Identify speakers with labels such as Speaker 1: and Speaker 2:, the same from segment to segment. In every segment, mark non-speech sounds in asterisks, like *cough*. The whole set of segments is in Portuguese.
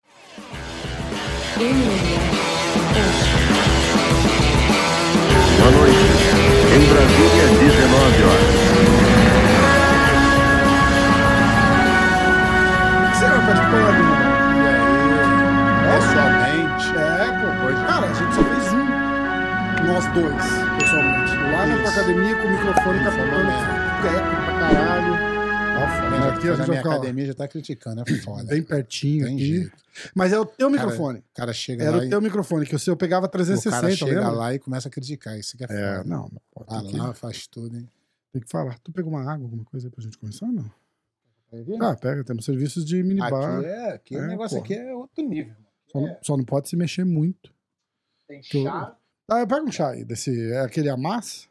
Speaker 1: Hum.
Speaker 2: Boa noite. Em Brasília, 19 horas.
Speaker 3: Você tá vai participar do.
Speaker 1: Pessoalmente.
Speaker 3: É, pô.
Speaker 1: Pois é.
Speaker 3: Cara, a gente só fez um. Nós dois, pessoalmente. Lá na
Speaker 1: Isso.
Speaker 3: academia com o microfone
Speaker 1: Isso, é uma
Speaker 3: capotando
Speaker 1: merda.
Speaker 3: teco pra caralho.
Speaker 1: Ó, foda.
Speaker 3: Aqui a
Speaker 1: Aqui
Speaker 3: gente
Speaker 1: na
Speaker 3: vai
Speaker 1: minha
Speaker 3: ficar, ó,
Speaker 1: academia já tá criticando, é foda.
Speaker 3: Bem pertinho
Speaker 1: Tem
Speaker 3: aqui.
Speaker 1: jeito.
Speaker 3: Mas é o
Speaker 1: Cara,
Speaker 3: teu microfone.
Speaker 1: O cara chega
Speaker 3: Era
Speaker 1: lá
Speaker 3: o teu microfone, que o seu pegava
Speaker 1: e... O
Speaker 3: 360,
Speaker 1: cara chega
Speaker 3: lembra?
Speaker 1: lá e começa a criticar. Isso que é foda.
Speaker 3: É, não. Pô,
Speaker 1: Vai
Speaker 3: tem, que,
Speaker 1: lá, faz tudo, hein?
Speaker 3: tem que falar. Tu pegou uma água, alguma coisa aí pra gente começar ou não? Ah, pega. Temos serviços de minibar.
Speaker 1: Aqui é, aqui
Speaker 3: É,
Speaker 1: o negócio
Speaker 3: porra.
Speaker 1: aqui é outro nível.
Speaker 3: Só, não, só não pode se mexer muito.
Speaker 1: Tem
Speaker 3: Que eu- Ah, pega um chá aí. Desse, é aquele amassa?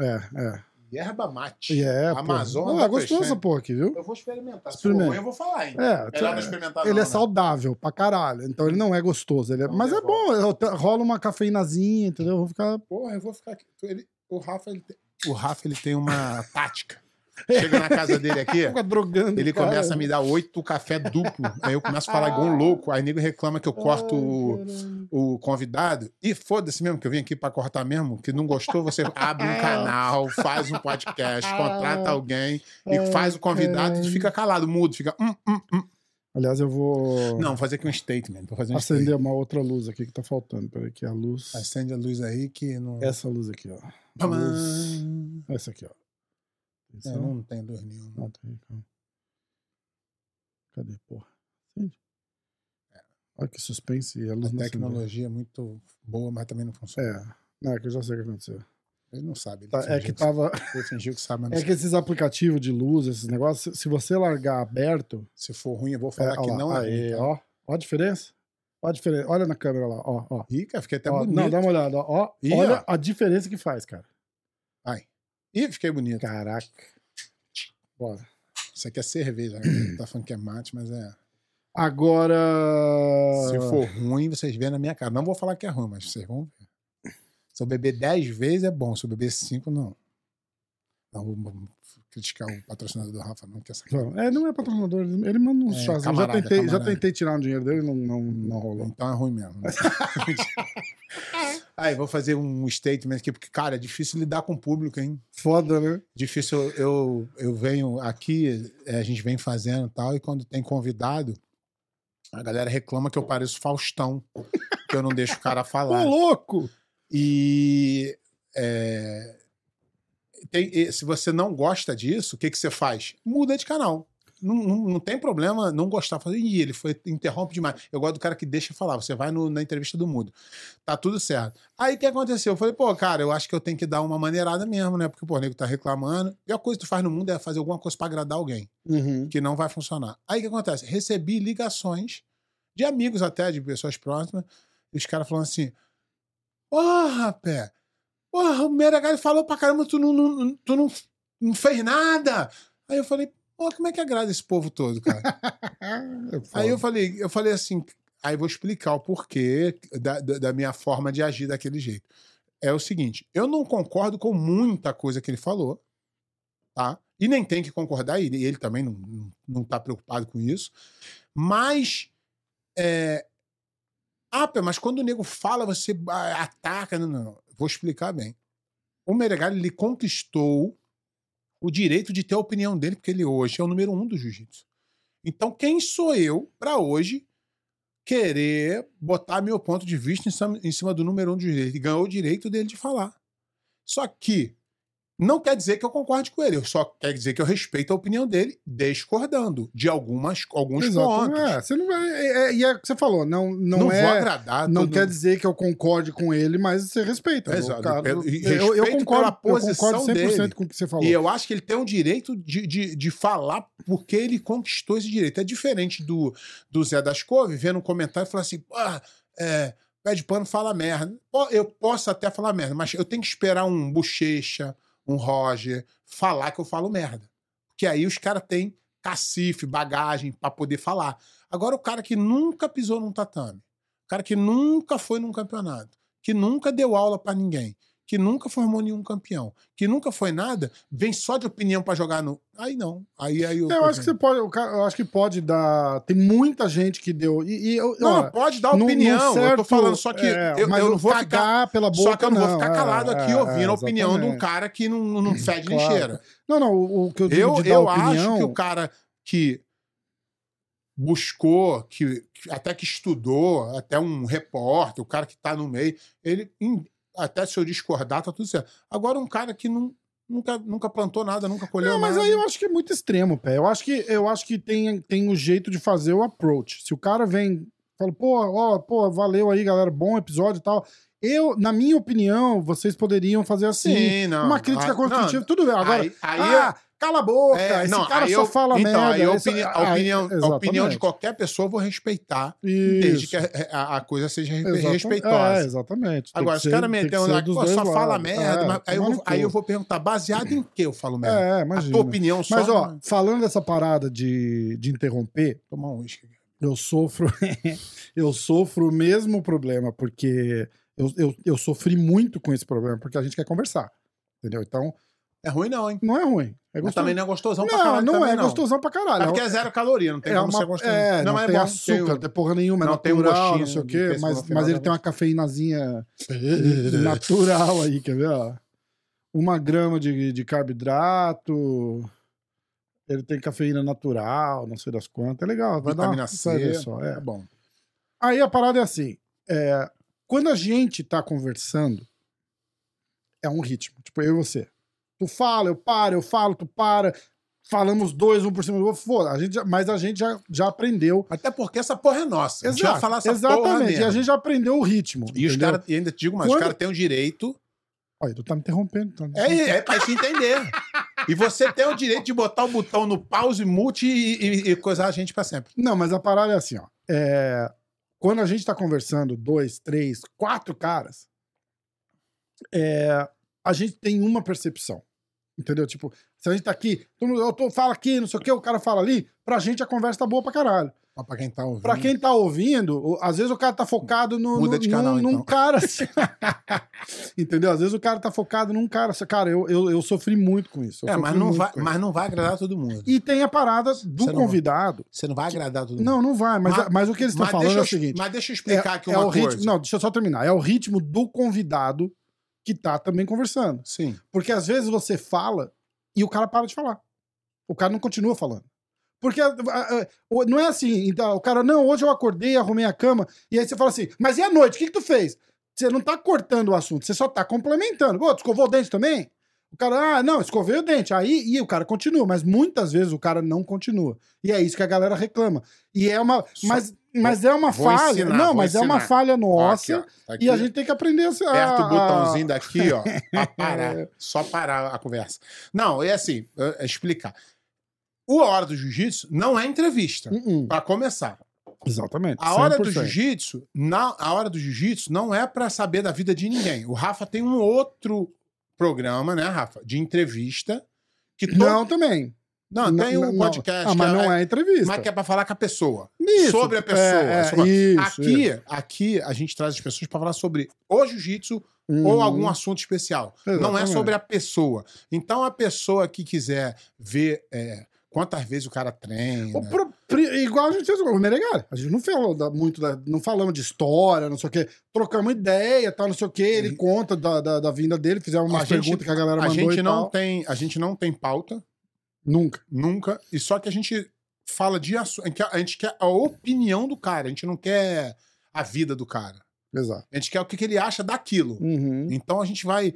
Speaker 3: É, é.
Speaker 1: e erva mate.
Speaker 3: E é, pô.
Speaker 1: Amazônia
Speaker 3: Não,
Speaker 1: tá
Speaker 3: é gostoso essa
Speaker 1: fechando.
Speaker 3: porra aqui, viu?
Speaker 1: Eu vou experimentar. Se for
Speaker 3: Experimenta.
Speaker 1: ruim, eu vou falar, hein?
Speaker 3: É,
Speaker 1: Melhor não
Speaker 3: tch-
Speaker 1: experimentar
Speaker 3: ele
Speaker 1: não,
Speaker 3: é
Speaker 1: né?
Speaker 3: saudável pra caralho. Então ele não é gostoso. Ele é-
Speaker 1: Não,
Speaker 3: mas é
Speaker 1: é
Speaker 3: bom. eu te- rola uma cafeinazinha, entendeu? Eu vou ficar.
Speaker 1: Porra, eu vou ficar aqui. Ele- o, Rafa, ele tem, o Rafa, ele tem uma *laughs* tática.
Speaker 3: É.
Speaker 1: Chega na casa dele aqui,
Speaker 3: ficar drogando.
Speaker 1: ele
Speaker 3: cara.
Speaker 1: começa a me dar oito café duplo. Aí eu começo a falar igual um louco. Aí nego reclama que eu corto o, o convidado. E foda-se mesmo, que eu vim aqui pra cortar mesmo. Que não gostou, você abre um canal, faz um podcast, contrata alguém e faz o convidado e fica calado, mudo, fica. Hum, hum, hum.
Speaker 3: Aliás, eu vou
Speaker 1: Não, vou fazer aqui um statement. Vou fazer um
Speaker 3: acender uma outra luz aqui que tá faltando. Peraí, que a luz.
Speaker 1: statement. Acende a luz aí que não.
Speaker 3: Essa luz aqui, ó. A luz- Essa aqui, ó. Isso,
Speaker 1: É,
Speaker 3: não...
Speaker 1: não tem luz nenhuma.
Speaker 3: tá aí, calma. Cadê, porra? Entende? Olha que suspense e a luz
Speaker 1: A
Speaker 3: não acendeu.
Speaker 1: tecnologia é muito boa, mas também não funciona.
Speaker 3: É. Não, é que eu já sei o que aconteceu.
Speaker 1: Ele não sabe. Ele,
Speaker 3: Tá, é
Speaker 1: fingiu,
Speaker 3: que tava.
Speaker 1: ele fingiu que sabe, mas não
Speaker 3: *laughs* É que esses aplicativos de luz, esses negócios, se- se você largar aberto,
Speaker 1: sabe. se for ruim, eu vou
Speaker 3: é, né?
Speaker 1: falar
Speaker 3: ó
Speaker 1: que
Speaker 3: lá,
Speaker 1: não é
Speaker 3: aí,
Speaker 1: ruim. tá?
Speaker 3: ó, ó a diferença. Ó a diferença. Olha na câmera lá, ó, ó.
Speaker 1: Ih, cara, fiquei até
Speaker 3: Ó,
Speaker 1: bonito.
Speaker 3: não, dá uma olhada, ó. Tá ó
Speaker 1: Ih,
Speaker 3: olha a diferença que faz, cara.
Speaker 1: Ai. Ih, fiquei bonito.
Speaker 3: Caraca. Bora.
Speaker 1: Isso aqui é cerveja.
Speaker 3: *coughs*
Speaker 1: né? tá falando que é mate, mas é.
Speaker 3: Agora. Ah.
Speaker 1: Se for ruim, vocês veem na minha cara. Não vou falar que é ruim, mas vocês vão ver. Se eu beber 10 vezes é bom, se eu beber 5, não. Não vou- vou criticar o patrocinador do Rafa, não, que essa *laughs*
Speaker 3: Não, É, não é patrocinador, ele ele manda uns
Speaker 1: É,
Speaker 3: chazinhos.
Speaker 1: camarada,
Speaker 3: já, tentei, já
Speaker 1: camarada.
Speaker 3: tentei tirar o dinheiro dele, não, não, não rolou.
Speaker 1: Então é ruim mesmo. Aí, vou fazer um statement aqui, porque, cara, é difícil lidar com o público, hein?
Speaker 3: Foda, né?
Speaker 1: Difícil, eu, eu venho aqui, é, a gente vem fazendo e tal, e quando tem convidado, a galera reclama que eu pareço Faustão, que eu não deixo o cara
Speaker 3: Ô,
Speaker 1: falar.
Speaker 3: louco!
Speaker 1: E é, tem- e se você não gosta disso, o que, que você faz? Muda de canal. Não, não, não tem problema não gostar. Fala, Ih, ele foi, interrompe demais. Eu gosto do cara que deixa falar. Você vai no- na entrevista do mudo. Tá tudo certo. Aí o que aconteceu? Eu falei, pô, cara, eu acho que eu tenho que dar uma maneirada mesmo, né? Porque pô, o nego tá reclamando. A pior coisa que tu faz no mundo é fazer alguma coisa pra agradar alguém
Speaker 3: Uhum.
Speaker 1: que não vai funcionar. Aí o que acontece? Recebi ligações de amigos até, de pessoas próximas, e os caras falando assim: Porra, pé, porra, o Meregali falou pra caramba, tu não, não- tu não, não fez nada. Aí eu falei, pô, como é que agrada esse povo todo, cara? Aí eu falei, eu falei assim, aí eu vou explicar o porquê da, da- da minha forma de agir daquele jeito. É o seguinte, eu não concordo com muita coisa que ele falou, tá? E nem tem que concordar, e ele também não, não, não tá preocupado com isso. Mas. É, ah, Pé, mas quando o nego fala, você ah, ataca. Não, não, não. Vou explicar bem. O Meregali, ele conquistou o direito de ter a opinião dele, porque ele hoje é o número um do jiu-jitsu. Então, quem sou eu para hoje querer botar meu ponto de vista em cima, em cima do número um do jiu-jitsu? Ele ganhou o direito dele de falar. Só que não quer dizer que eu concorde com ele, eu só quer dizer que eu respeito a opinião dele, discordando de algumas, alguns
Speaker 3: Exato.
Speaker 1: pontos.
Speaker 3: É, você não vai. é- é- E é, o que você falou, não, não,
Speaker 1: Não,
Speaker 3: é.
Speaker 1: vou agradar.
Speaker 3: Não
Speaker 1: todo
Speaker 3: quer
Speaker 1: mundo.
Speaker 3: dizer que eu concorde com ele, mas você respeita. né?
Speaker 1: Exato,
Speaker 3: O cara-
Speaker 1: pelo- e
Speaker 3: eu, eu
Speaker 1: respeito
Speaker 3: concordo,
Speaker 1: pela
Speaker 3: eu
Speaker 1: posição
Speaker 3: concordo 100%
Speaker 1: dele.
Speaker 3: com o que você falou.
Speaker 1: E eu acho que ele tem o direito de, de, de falar porque ele conquistou esse direito. É diferente do, do Zé das Couve vendo um comentário e falar assim: ah, é, pé de pano fala merda. Ó, Eu posso até falar merda, mas eu tenho que esperar um bochecha, um Roger, falar que eu falo merda. Porque aí os caras têm cacife, bagagem pra poder falar. Agora, o cara que nunca pisou num tatame, o cara que nunca foi num campeonato, que nunca deu aula pra ninguém, que nunca formou nenhum campeão, que nunca foi nada, vem só de opinião pra jogar no. Aí não. Aí, aí
Speaker 3: É, Eu acho que você pode. o cara- Eu acho que pode dar. Tem muita gente que deu. E, e eu,
Speaker 1: Não,
Speaker 3: olha,
Speaker 1: pode dar
Speaker 3: num-
Speaker 1: opinião.
Speaker 3: num
Speaker 1: Eu tô
Speaker 3: certo-
Speaker 1: falando, só que
Speaker 3: é,
Speaker 1: eu,
Speaker 3: mas
Speaker 1: eu
Speaker 3: o
Speaker 1: não vou
Speaker 3: cagar
Speaker 1: ficar.
Speaker 3: pela boca.
Speaker 1: só que eu não, vou ficar
Speaker 3: é,
Speaker 1: calado aqui
Speaker 3: é,
Speaker 1: ouvindo
Speaker 3: é,
Speaker 1: a opinião de um
Speaker 3: exatamente.
Speaker 1: cara que não, não não fede nem
Speaker 3: Claro.
Speaker 1: cheira.
Speaker 3: Não, não, o, o que eu digo
Speaker 1: Eu,
Speaker 3: de dar
Speaker 1: eu
Speaker 3: opinião...
Speaker 1: acho que o cara que buscou, que, que até que estudou, até um repórter, o cara que tá no meio, ele, em- até se eu discordar, tá tudo certo. Agora, um cara que não, nunca, nunca plantou nada, nunca colheu
Speaker 3: Não, mas
Speaker 1: nada.
Speaker 3: aí eu acho que é muito extremo, pé. Eu acho que, eu acho que tem, tem um jeito de fazer o approach. Se o cara vem, fala, pô, ó, pô, valeu aí, galera, bom episódio e tal. Eu, na minha opinião, vocês poderiam fazer assim.
Speaker 1: não.
Speaker 3: Uma crítica
Speaker 1: Ah,
Speaker 3: construtiva,
Speaker 1: não,
Speaker 3: tudo bem. Agora,
Speaker 1: aí, aí eu-
Speaker 3: ah, cala a boca,
Speaker 1: É,
Speaker 3: esse
Speaker 1: não,
Speaker 3: cara
Speaker 1: aí
Speaker 3: só
Speaker 1: eu-
Speaker 3: fala
Speaker 1: então,
Speaker 3: merda.
Speaker 1: aí a,
Speaker 3: esse- é,
Speaker 1: opini- a
Speaker 3: aí-
Speaker 1: opinião, a opinião
Speaker 3: exatamente.
Speaker 1: de qualquer pessoa eu vou respeitar,
Speaker 3: Isso.
Speaker 1: desde que a, a- a coisa seja re-
Speaker 3: Exata-
Speaker 1: respeitosa.
Speaker 3: É, exatamente. Tem
Speaker 1: Agora,
Speaker 3: que
Speaker 1: os
Speaker 3: ser-
Speaker 1: caras
Speaker 3: tem que
Speaker 1: metendo
Speaker 3: ser
Speaker 1: lá que
Speaker 3: dos
Speaker 1: pô,
Speaker 3: dois
Speaker 1: só fala
Speaker 3: lados.
Speaker 1: merda,
Speaker 3: É,
Speaker 1: mas aí, eu,
Speaker 3: tomar
Speaker 1: vou-
Speaker 3: no
Speaker 1: aí eu
Speaker 3: cu.
Speaker 1: vou perguntar, baseado em que eu falo merda?
Speaker 3: É,
Speaker 1: a
Speaker 3: imagina.
Speaker 1: tua opinião só.
Speaker 3: Mas, ó, falando dessa parada de, de interromper,
Speaker 1: tomar um uísque.
Speaker 3: eu sofro. *laughs* eu sofro o mesmo problema, porque eu, eu, eu sofri muito com esse problema, porque a gente quer conversar. Entendeu? Então,
Speaker 1: É ruim, não, hein?
Speaker 3: não é ruim. É
Speaker 1: Mas
Speaker 3: gostoso.
Speaker 1: também não é gostosão pra
Speaker 3: não,
Speaker 1: caralho.
Speaker 3: não
Speaker 1: também
Speaker 3: é gostosão pra
Speaker 1: É
Speaker 3: caralho.
Speaker 1: porque é zero caloria, não tem
Speaker 3: é
Speaker 1: como ser
Speaker 3: uma,
Speaker 1: gostoso.
Speaker 3: é, não,
Speaker 1: é
Speaker 3: tem
Speaker 1: bom,
Speaker 3: açúcar, não
Speaker 1: tem-
Speaker 3: tem porra nenhuma, é
Speaker 1: não, tem um
Speaker 3: natural,
Speaker 1: gostinho
Speaker 3: não sei o
Speaker 1: de
Speaker 3: quê,
Speaker 1: pêssego no
Speaker 3: mas,
Speaker 1: final
Speaker 3: mas ele
Speaker 1: da
Speaker 3: tem
Speaker 1: *laughs*
Speaker 3: uma cafeinazinha natural aí, quer ver? ó? Uma grama de, de carboidrato, ele tem cafeína natural, não sei das quantas, é legal. Vai dar
Speaker 1: Vitamina
Speaker 3: uma,
Speaker 1: C.
Speaker 3: vai ver só, é.
Speaker 1: É bom.
Speaker 3: Aí a parada é assim: é, quando a gente tá conversando, é um ritmo. Tipo, eu e você. Tu fala, eu paro, eu falo, tu para. Falamos dois, um por cima do outro. Foda, a gente já- mas a gente já, já aprendeu.
Speaker 1: Até porque essa porra é nossa. a gente vai falar essa porra
Speaker 3: exatamente.
Speaker 1: mesmo.
Speaker 3: E a gente já aprendeu o ritmo.
Speaker 1: E os
Speaker 3: entendeu?
Speaker 1: caras, e ainda te digo mais,
Speaker 3: Quando-
Speaker 1: os caras têm o direito.
Speaker 3: Olha, tu tá me interrompendo. Tá me interrompendo.
Speaker 1: É, é pra se entender. E você tem o direito de botar o botão no pause, mute e, e- e coisar a gente pra sempre.
Speaker 3: Não, mas a parada é assim, ó. É, quando a gente tá conversando, dois, três, quatro caras, é, a gente tem uma percepção. Entendeu? Tipo, se a gente tá aqui, todo mundo, eu tô, fala aqui, não sei o que, o cara fala ali, pra gente a conversa tá boa pra caralho.
Speaker 1: Mas pra quem tá ouvindo.
Speaker 3: Pra quem tá ouvindo, o- às vezes o cara tá focado no,
Speaker 1: Muda
Speaker 3: no-
Speaker 1: de canal,
Speaker 3: num, num
Speaker 1: então.
Speaker 3: cara. assim. *laughs* entendeu? Às vezes o cara tá focado num cara. assim. Cara, eu, eu, eu sofri muito com isso. eu
Speaker 1: É, mas
Speaker 3: sofri
Speaker 1: não,
Speaker 3: muito
Speaker 1: vai,
Speaker 3: com isso.
Speaker 1: mas não vai agradar todo mundo.
Speaker 3: E tem a parada do
Speaker 1: Você não-
Speaker 3: convidado.
Speaker 1: Você não vai agradar todo mundo.
Speaker 3: Não, não vai, mas,
Speaker 1: Mas-
Speaker 3: mas o que eles estão falando
Speaker 1: deixa
Speaker 3: é
Speaker 1: eu,
Speaker 3: o seguinte.
Speaker 1: Mas deixa eu explicar
Speaker 3: é,
Speaker 1: aqui
Speaker 3: é
Speaker 1: uma
Speaker 3: o
Speaker 1: coisa.
Speaker 3: ritmo, não, deixa eu só terminar. É o ritmo do convidado que tá também conversando.
Speaker 1: Sim.
Speaker 3: Porque às vezes você fala e o cara para de falar. O cara não continua falando. Porque ah, ah, o- não é assim, então, o cara, não, hoje eu acordei, arrumei a cama, e aí você fala assim, mas e a noite, o que, que tu fez? Você não tá cortando o assunto, você só tá complementando. Pô, tu escovou o dente também? O cara, ah, não, escovei o dente. Aí e o cara continua, mas muitas vezes o cara não continua. E é isso que a galera reclama. E é uma.
Speaker 1: Só-
Speaker 3: Mas, mas é uma
Speaker 1: vou
Speaker 3: falha.
Speaker 1: ensinar,
Speaker 3: não,
Speaker 1: vou
Speaker 3: mas é uma
Speaker 1: ensinar.
Speaker 3: falha
Speaker 1: Nossa.
Speaker 3: nossa. E a gente tá tem que aprender a.
Speaker 1: tá Aperta
Speaker 3: a-
Speaker 1: o botãozinho daqui,
Speaker 3: *laughs*
Speaker 1: ó, pra parar. Só parar a conversa. Não, é assim, é- é explicar. O Hora do Jiu-Jitsu não é entrevista,
Speaker 3: Uh-uh,
Speaker 1: pra começar.
Speaker 3: Exatamente.
Speaker 1: A Hora do
Speaker 3: 100%.
Speaker 1: Jiu-Jitsu, na- a Hora do Jiu-Jitsu não é pra saber da vida de ninguém. O Rafa tem um outro programa, né, Rafa, de entrevista, que to-
Speaker 3: Não, também.
Speaker 1: Não, tem
Speaker 3: Não,
Speaker 1: um
Speaker 3: não.
Speaker 1: podcast,
Speaker 3: Ah, mas
Speaker 1: que é-
Speaker 3: não é entrevista.
Speaker 1: mas que é pra falar com a pessoa.
Speaker 3: Isso.
Speaker 1: sobre a pessoa.
Speaker 3: É, é,
Speaker 1: sobre-
Speaker 3: isso,
Speaker 1: aqui, aqui a gente traz as pessoas para falar sobre o jiu-jitsu
Speaker 3: Uhum.
Speaker 1: ou algum assunto especial. Não é
Speaker 3: Exatamente.
Speaker 1: sobre a pessoa. Então a pessoa que quiser ver é, quantas vezes o cara treina.
Speaker 3: O pro- pri- igual a gente fez com o Menegar. A gente não falou da- muito, da- não falamos de história, não sei o quê. Trocamos ideia, tal, não sei o quê. Ele conta da, da, da vinda dele, fizeram umas
Speaker 1: A gente-
Speaker 3: perguntas que a galera
Speaker 1: Uhum. A
Speaker 3: mandou
Speaker 1: gente
Speaker 3: e
Speaker 1: não
Speaker 3: tal.
Speaker 1: tem, a gente não tem pauta
Speaker 3: Nunca.
Speaker 1: nunca. E só que a gente fala de assunto, a gente quer a opinião do cara. A gente não quer a vida do cara.
Speaker 3: Exato.
Speaker 1: A gente quer o que que ele acha daquilo.
Speaker 3: Uhum.
Speaker 1: Então a gente vai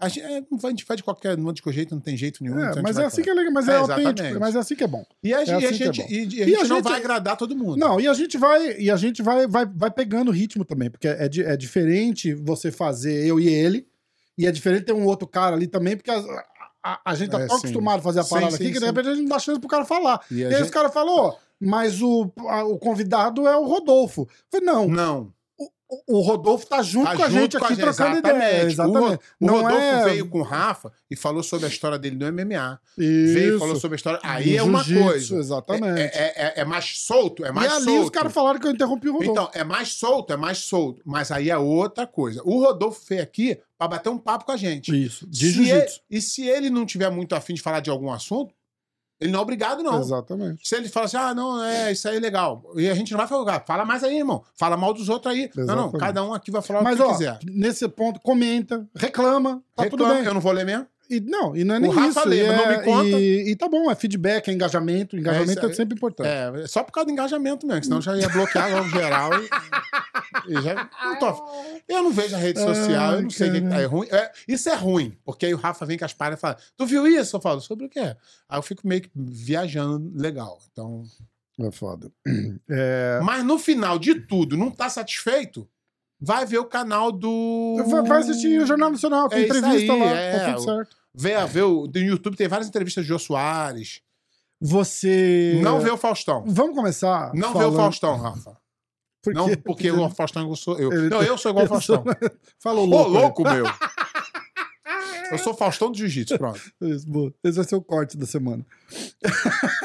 Speaker 1: a gente, é, não vai- a gente vai de qualquer, não é de qualquer jeito, não tem jeito nenhum. então a
Speaker 3: É,
Speaker 1: gente
Speaker 3: mas
Speaker 1: vai
Speaker 3: é
Speaker 1: falar.
Speaker 3: assim que é legal, mas é,
Speaker 1: É,
Speaker 3: autêntico,
Speaker 1: exatamente.
Speaker 3: mas é assim que é bom.
Speaker 1: E a, gente-
Speaker 3: É assim
Speaker 1: e a
Speaker 3: que é
Speaker 1: gente,
Speaker 3: bom.
Speaker 1: e- e a
Speaker 3: E a
Speaker 1: gente não
Speaker 3: gente-
Speaker 1: vai agradar todo mundo.
Speaker 3: Não, e a gente vai, e a gente vai, vai, vai pegando o ritmo também, porque é, di- é diferente você fazer eu e ele, e é diferente ter um outro cara ali também, porque as- a, a- a gente tá
Speaker 1: É,
Speaker 3: tão
Speaker 1: sim.
Speaker 3: acostumado a fazer a
Speaker 1: Sim,
Speaker 3: parada
Speaker 1: sim,
Speaker 3: aqui que de
Speaker 1: sim.
Speaker 3: repente a gente não dá chance pro cara falar.
Speaker 1: E
Speaker 3: E
Speaker 1: a
Speaker 3: aí os
Speaker 1: gente-
Speaker 3: é caras falam, "Ô, mas o, a- o convidado é o Rodolfo. Eu falei, não,
Speaker 1: Não.
Speaker 3: o- O o Rodolfo tá junto
Speaker 1: Hum. Tá
Speaker 3: com a gente
Speaker 1: junto com
Speaker 3: aqui
Speaker 1: a gente,
Speaker 3: trocando ideia.
Speaker 1: O Ro-
Speaker 3: Exatamente.
Speaker 1: O
Speaker 3: Não
Speaker 1: Rodolfo
Speaker 3: é-
Speaker 1: veio com o Rafa e falou sobre a história dele no MMA.
Speaker 3: Isso.
Speaker 1: Veio e falou sobre a história. Aí
Speaker 3: Do
Speaker 1: é uma
Speaker 3: jiu-jitsu,
Speaker 1: coisa.
Speaker 3: Exatamente.
Speaker 1: É, é- é- é mais solto, é
Speaker 3: e
Speaker 1: mais
Speaker 3: ali
Speaker 1: solto.
Speaker 3: os caras falaram que eu interrompi o Rodolfo.
Speaker 1: Então, é mais solto, é mais solto. Mas aí é outra coisa. O Rodolfo veio aqui pra bater um papo com a gente.
Speaker 3: Isso.
Speaker 1: Se é ele- E se ele não tiver muito afim de falar de algum assunto, ele não é obrigado, não.
Speaker 3: Exatamente.
Speaker 1: Se ele fala assim, ah, não, é, isso aí é legal. E a gente não vai falar, "Ah, fala mais aí, irmão. Fala mal dos outros aí. Não, não,
Speaker 3: Exatamente.
Speaker 1: cada um aqui vai falar
Speaker 3: Mas,
Speaker 1: o que
Speaker 3: ó,
Speaker 1: quiser.
Speaker 3: nesse ponto, comenta, reclama, tá
Speaker 1: Reclama,
Speaker 3: tudo bem.
Speaker 1: eu não vou ler mesmo.
Speaker 3: E, não, e não é nem
Speaker 1: Rafa
Speaker 3: isso.
Speaker 1: lembra,
Speaker 3: e, é,
Speaker 1: não me conta.
Speaker 3: E, e tá bom, é feedback, é engajamento. Engajamento
Speaker 1: isso
Speaker 3: é,
Speaker 1: aí.
Speaker 3: sempre importante.
Speaker 1: É, é só por causa do engajamento mesmo, que senão eu já ia bloquear logo geral. E, e já, não tô- eu não vejo a rede social, eu não sei o que que tá é ruim. É, isso é ruim, porque aí o Rafa vem com as paradas e fala: Tu viu isso? Eu falo, sobre o quê? Aí eu fico meio que viajando legal. Então.
Speaker 3: É foda. É,
Speaker 1: Mas no final de tudo, não tá satisfeito? Vai ver o canal do.
Speaker 3: vai- Vai assistir o Jornal Nacional, tem
Speaker 1: É isso
Speaker 3: entrevista
Speaker 1: aí,
Speaker 3: lá.
Speaker 1: é,
Speaker 3: tá tudo certo.
Speaker 1: Vê, vê o. No YouTube tem várias entrevistas de Jô Soares.
Speaker 3: Você.
Speaker 1: Não vê o Faustão.
Speaker 3: Vamos começar.
Speaker 1: Não vê
Speaker 3: É. falando-
Speaker 1: o Faustão, Rafa.
Speaker 3: Por
Speaker 1: Não,
Speaker 3: quê?
Speaker 1: porque o Faustão eu sou eu.
Speaker 3: Ele
Speaker 1: Não, eu sou igual o
Speaker 3: *laughs* Eu sou-
Speaker 1: Faustão.
Speaker 3: Falou
Speaker 1: Ô,
Speaker 3: louco. né?
Speaker 1: louco, meu!
Speaker 3: *laughs*
Speaker 1: Eu sou Faustão do Jiu-Jitsu, pronto.
Speaker 3: Isso, boa. Esse vai ser o corte da semana. *laughs*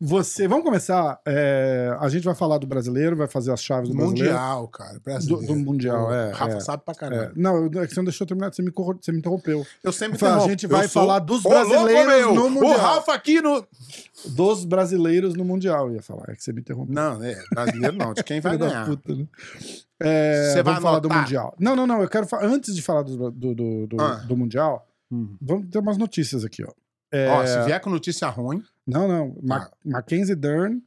Speaker 3: Você, vamos começar. é, a gente vai falar do brasileiro, vai fazer as chaves do brasileiro.
Speaker 1: Mundial, cara. brasileiro.
Speaker 3: Do- do Mundial,
Speaker 1: Pô,
Speaker 3: é,
Speaker 1: Rafa
Speaker 3: é,
Speaker 1: sabe pra caramba.
Speaker 3: É, não, eu- é que você não deixou eu terminar, você me, corro- você me interrompeu.
Speaker 1: Eu sempre
Speaker 3: Fala, a
Speaker 1: interrompo.
Speaker 3: gente
Speaker 1: Eu
Speaker 3: vai
Speaker 1: sou-
Speaker 3: falar dos
Speaker 1: Ô, louco,
Speaker 3: brasileiros
Speaker 1: meu!
Speaker 3: no Mundial.
Speaker 1: O Rafa aqui no.
Speaker 3: Dos brasileiros no Mundial, eu ia falar. É que você me interrompeu.
Speaker 1: Não, é. Brasileiro não, de quem vai
Speaker 3: Filho da
Speaker 1: ganhar.
Speaker 3: puta, né? É,
Speaker 1: Você vai
Speaker 3: vamos falar do
Speaker 1: anotar?
Speaker 3: Mundial. Não, não, não. Eu quero falar. Antes de falar do, do, do, do-
Speaker 1: Ah.
Speaker 3: do Mundial,
Speaker 1: Hum.
Speaker 3: vamos ter umas notícias aqui, ó. É,
Speaker 1: Ó, se vier com notícia ruim.
Speaker 3: Não, não. Ma
Speaker 1: Ah.
Speaker 3: Mackenzie Dern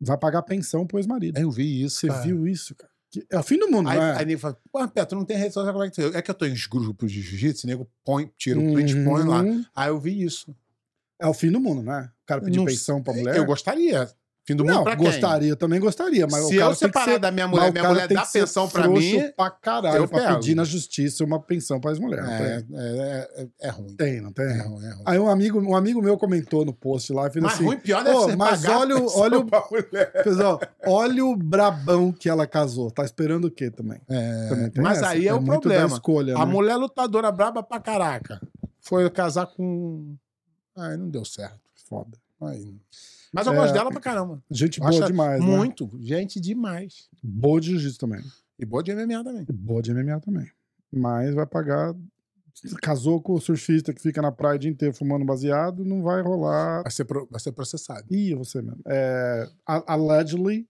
Speaker 3: vai pagar pensão pro ex-marido.
Speaker 1: Eu vi É isso.
Speaker 3: Você
Speaker 1: cara.
Speaker 3: viu isso, cara? Que- é o fim do mundo,
Speaker 1: Aí,
Speaker 3: né?
Speaker 1: aí nego fala, pô, Pedro, não tem rede social, como é que tu... É que eu tô em grupos de jiu-jitsu, nego põe, tira o um print, põe lá.
Speaker 3: Uhum.
Speaker 1: Aí eu vi isso.
Speaker 3: É o fim do mundo, né? O cara pedir
Speaker 1: Não
Speaker 3: pensão pra mulher.
Speaker 1: Eu gostaria. Fim do mundo
Speaker 3: É. não,
Speaker 1: pra quem?
Speaker 3: gostaria, também gostaria, mas
Speaker 1: Se
Speaker 3: o cara
Speaker 1: eu separar
Speaker 3: tem que ser,
Speaker 1: da minha
Speaker 3: mas
Speaker 1: mulher,
Speaker 3: o
Speaker 1: minha
Speaker 3: cara
Speaker 1: mulher
Speaker 3: tem
Speaker 1: dá
Speaker 3: que ser
Speaker 1: pensão pra
Speaker 3: frouxo
Speaker 1: mim.
Speaker 3: pra caralho,
Speaker 1: eu
Speaker 3: pra
Speaker 1: pego.
Speaker 3: pedir na justiça uma pensão para as mulheres. não tem?
Speaker 1: É, é, é, é ruim.
Speaker 3: Tem, não tem?
Speaker 1: É ruim, é ruim.
Speaker 3: Aí um amigo, um amigo meu comentou no post lá, fez
Speaker 1: Mas
Speaker 3: assim,
Speaker 1: ruim pior deve
Speaker 3: "Ô,
Speaker 1: ser
Speaker 3: mas
Speaker 1: pagar
Speaker 3: olha o-
Speaker 1: pensão
Speaker 3: olha o-
Speaker 1: pra mulher.
Speaker 3: *laughs* pessoal, olha o brabão que ela casou, tá esperando o quê também?
Speaker 1: É,
Speaker 3: Também tem
Speaker 1: mas
Speaker 3: essa,
Speaker 1: aí é, o
Speaker 3: muito da
Speaker 1: problema.
Speaker 3: escolha,
Speaker 1: A
Speaker 3: né?
Speaker 1: mulher lutadora braba pra caraca. Foi casar com. Aí não deu certo.
Speaker 3: Foda.
Speaker 1: Aí- Mas eu
Speaker 3: É.
Speaker 1: gosto dela pra caramba.
Speaker 3: Gente
Speaker 1: Eu
Speaker 3: boa
Speaker 1: acho
Speaker 3: demais, né?
Speaker 1: Muito. Gente demais.
Speaker 3: Boa de jiu-jitsu também.
Speaker 1: E boa de MMA também.
Speaker 3: E Boa de MMA também. Mas vai pagar. Casou com o surfista que fica na praia o dia inteiro fumando baseado, não vai rolar.
Speaker 1: Vai ser, pro- vai ser processado.
Speaker 3: Ih, você mesmo. É, a- allegedly,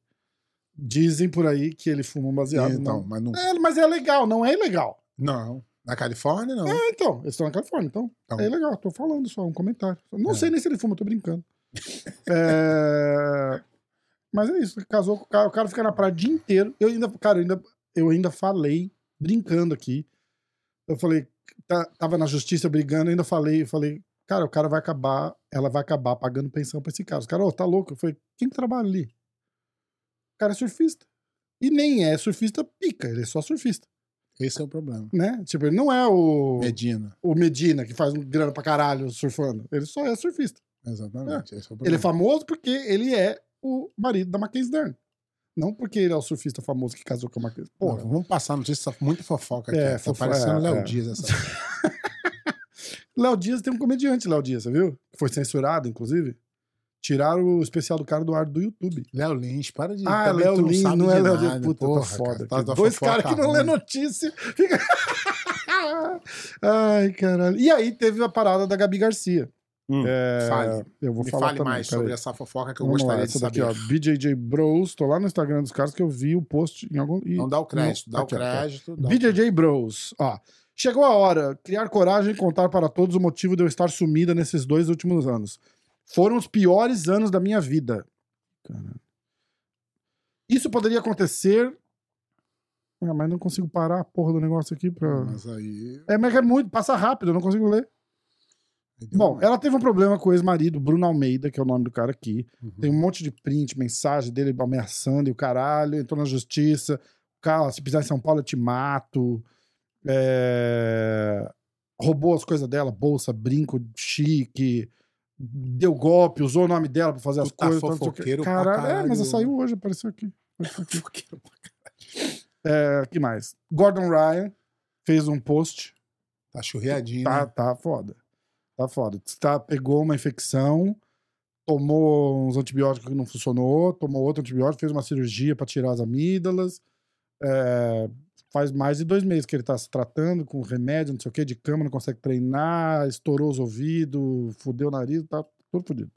Speaker 3: dizem por aí que ele fuma um baseado.
Speaker 1: então,
Speaker 3: Não.
Speaker 1: mas não.
Speaker 3: É, mas é legal, não é ilegal.
Speaker 1: Não. Na Califórnia, não.
Speaker 3: É, então, eles estão na Califórnia, então.
Speaker 1: Então.
Speaker 3: É legal, tô falando só, um comentário. Eu Não
Speaker 1: É.
Speaker 3: sei nem se ele fuma, tô brincando. *laughs* É, Mas é isso, casou com o cara, o cara fica na praia o dia inteiro. Eu ainda, cara, eu ainda, eu ainda falei, brincando aqui. Eu falei, tá- tava na justiça brigando, eu ainda falei, eu falei, cara, o cara vai acabar, ela vai acabar pagando pensão pra esse cara. Os caras, ô, tá louco? Eu falei, quem que trabalha ali? O cara é surfista. E nem é surfista pica, ele é só surfista,
Speaker 1: Esse é o problema.
Speaker 3: né? Tipo, ele não é o
Speaker 1: Medina.
Speaker 3: o Medina, que faz um grana pra caralho surfando. Ele só é surfista.
Speaker 1: Exatamente. Esse é o
Speaker 3: Ele
Speaker 1: problema.
Speaker 3: é famoso porque ele é o marido da Mackenzie Dern. Não porque ele é o surfista famoso que casou com a Mackenzie.
Speaker 1: Porra,
Speaker 3: Porra.
Speaker 1: vamos passar notícia, muita fofoca aqui.
Speaker 3: É,
Speaker 1: tá
Speaker 3: fofo-
Speaker 1: parecendo
Speaker 3: é,
Speaker 1: Léo
Speaker 3: é.
Speaker 1: Dias essa. *laughs*
Speaker 3: Léo Dias tem um comediante, Léo Dias, você viu? Que foi censurado, inclusive. Tiraram o especial do cara do ar do YouTube.
Speaker 1: Léo Lins, para de.
Speaker 3: Ah,
Speaker 1: também
Speaker 3: Léo
Speaker 1: tu
Speaker 3: Lins,
Speaker 1: sabe
Speaker 3: não
Speaker 1: de
Speaker 3: é Léo
Speaker 1: nada,
Speaker 3: Dias. Puta,
Speaker 1: porra,
Speaker 3: tá foda.
Speaker 1: cara, tá
Speaker 3: aqui.
Speaker 1: da
Speaker 3: Dois
Speaker 1: fofoca
Speaker 3: caras que não lê
Speaker 1: ruim.
Speaker 3: notícia. Fica- *laughs* Ai, caralho. E aí teve a parada da Gabi Garcia.
Speaker 1: Hum,
Speaker 3: É,
Speaker 1: fale.
Speaker 3: Eu vou
Speaker 1: Me
Speaker 3: falar
Speaker 1: fale
Speaker 3: também,
Speaker 1: mais
Speaker 3: peraí.
Speaker 1: sobre essa fofoca que eu
Speaker 3: Vamos lá,
Speaker 1: gostaria de
Speaker 3: essa
Speaker 1: saber.
Speaker 3: daqui, ó, BJJ Bros. Tô lá no Instagram dos caras que eu vi o post em algum. e-
Speaker 1: Não tá. dá né? o crédito,
Speaker 3: Não,
Speaker 1: dá o
Speaker 3: aqui, ó,
Speaker 1: crédito. dá o-
Speaker 3: BJJ Bros. Ó. Chegou a hora. Criar coragem e contar para todos o motivo de eu estar sumida nesses dois últimos anos. Foram os piores anos da minha vida. Cara. Isso poderia acontecer. Ah, mas não consigo parar a porra do negócio aqui pra.
Speaker 1: Mas aí.
Speaker 3: É, mas é muito, passa rápido, eu não consigo ler. Bom, ela teve um problema com o ex-marido, Bruno Almeida, que é o nome do cara aqui. Tem
Speaker 1: Uhum.
Speaker 3: um monte de print, mensagem dele ameaçando e o caralho, entrou na justiça. Cara, se pisar em São Paulo eu te mato. É, Roubou as coisas dela, bolsa, brinco, chique. Deu golpe, usou o nome dela pra fazer
Speaker 1: Tu
Speaker 3: as
Speaker 1: tá
Speaker 3: coisas. tal, não sei o quê.
Speaker 1: fofoqueiro pra
Speaker 3: caralho, é, mas
Speaker 1: caralho.
Speaker 3: saiu hoje, apareceu aqui.
Speaker 1: Fofoqueiro pra caralho.
Speaker 3: É, que mais? Gordon Ryan fez um post.
Speaker 1: Tá churreadinho.
Speaker 3: Tá,
Speaker 1: né?
Speaker 3: tá foda. Tá foda. Tá, pegou uma infecção, tomou uns antibióticos que não funcionou, tomou outro antibiótico, fez uma cirurgia pra tirar as amígdalas. É, faz mais de dois meses que ele tá se tratando com remédio, não sei o que, de cama, não consegue treinar, estourou os ouvidos, fudeu o nariz, tá todo fudido.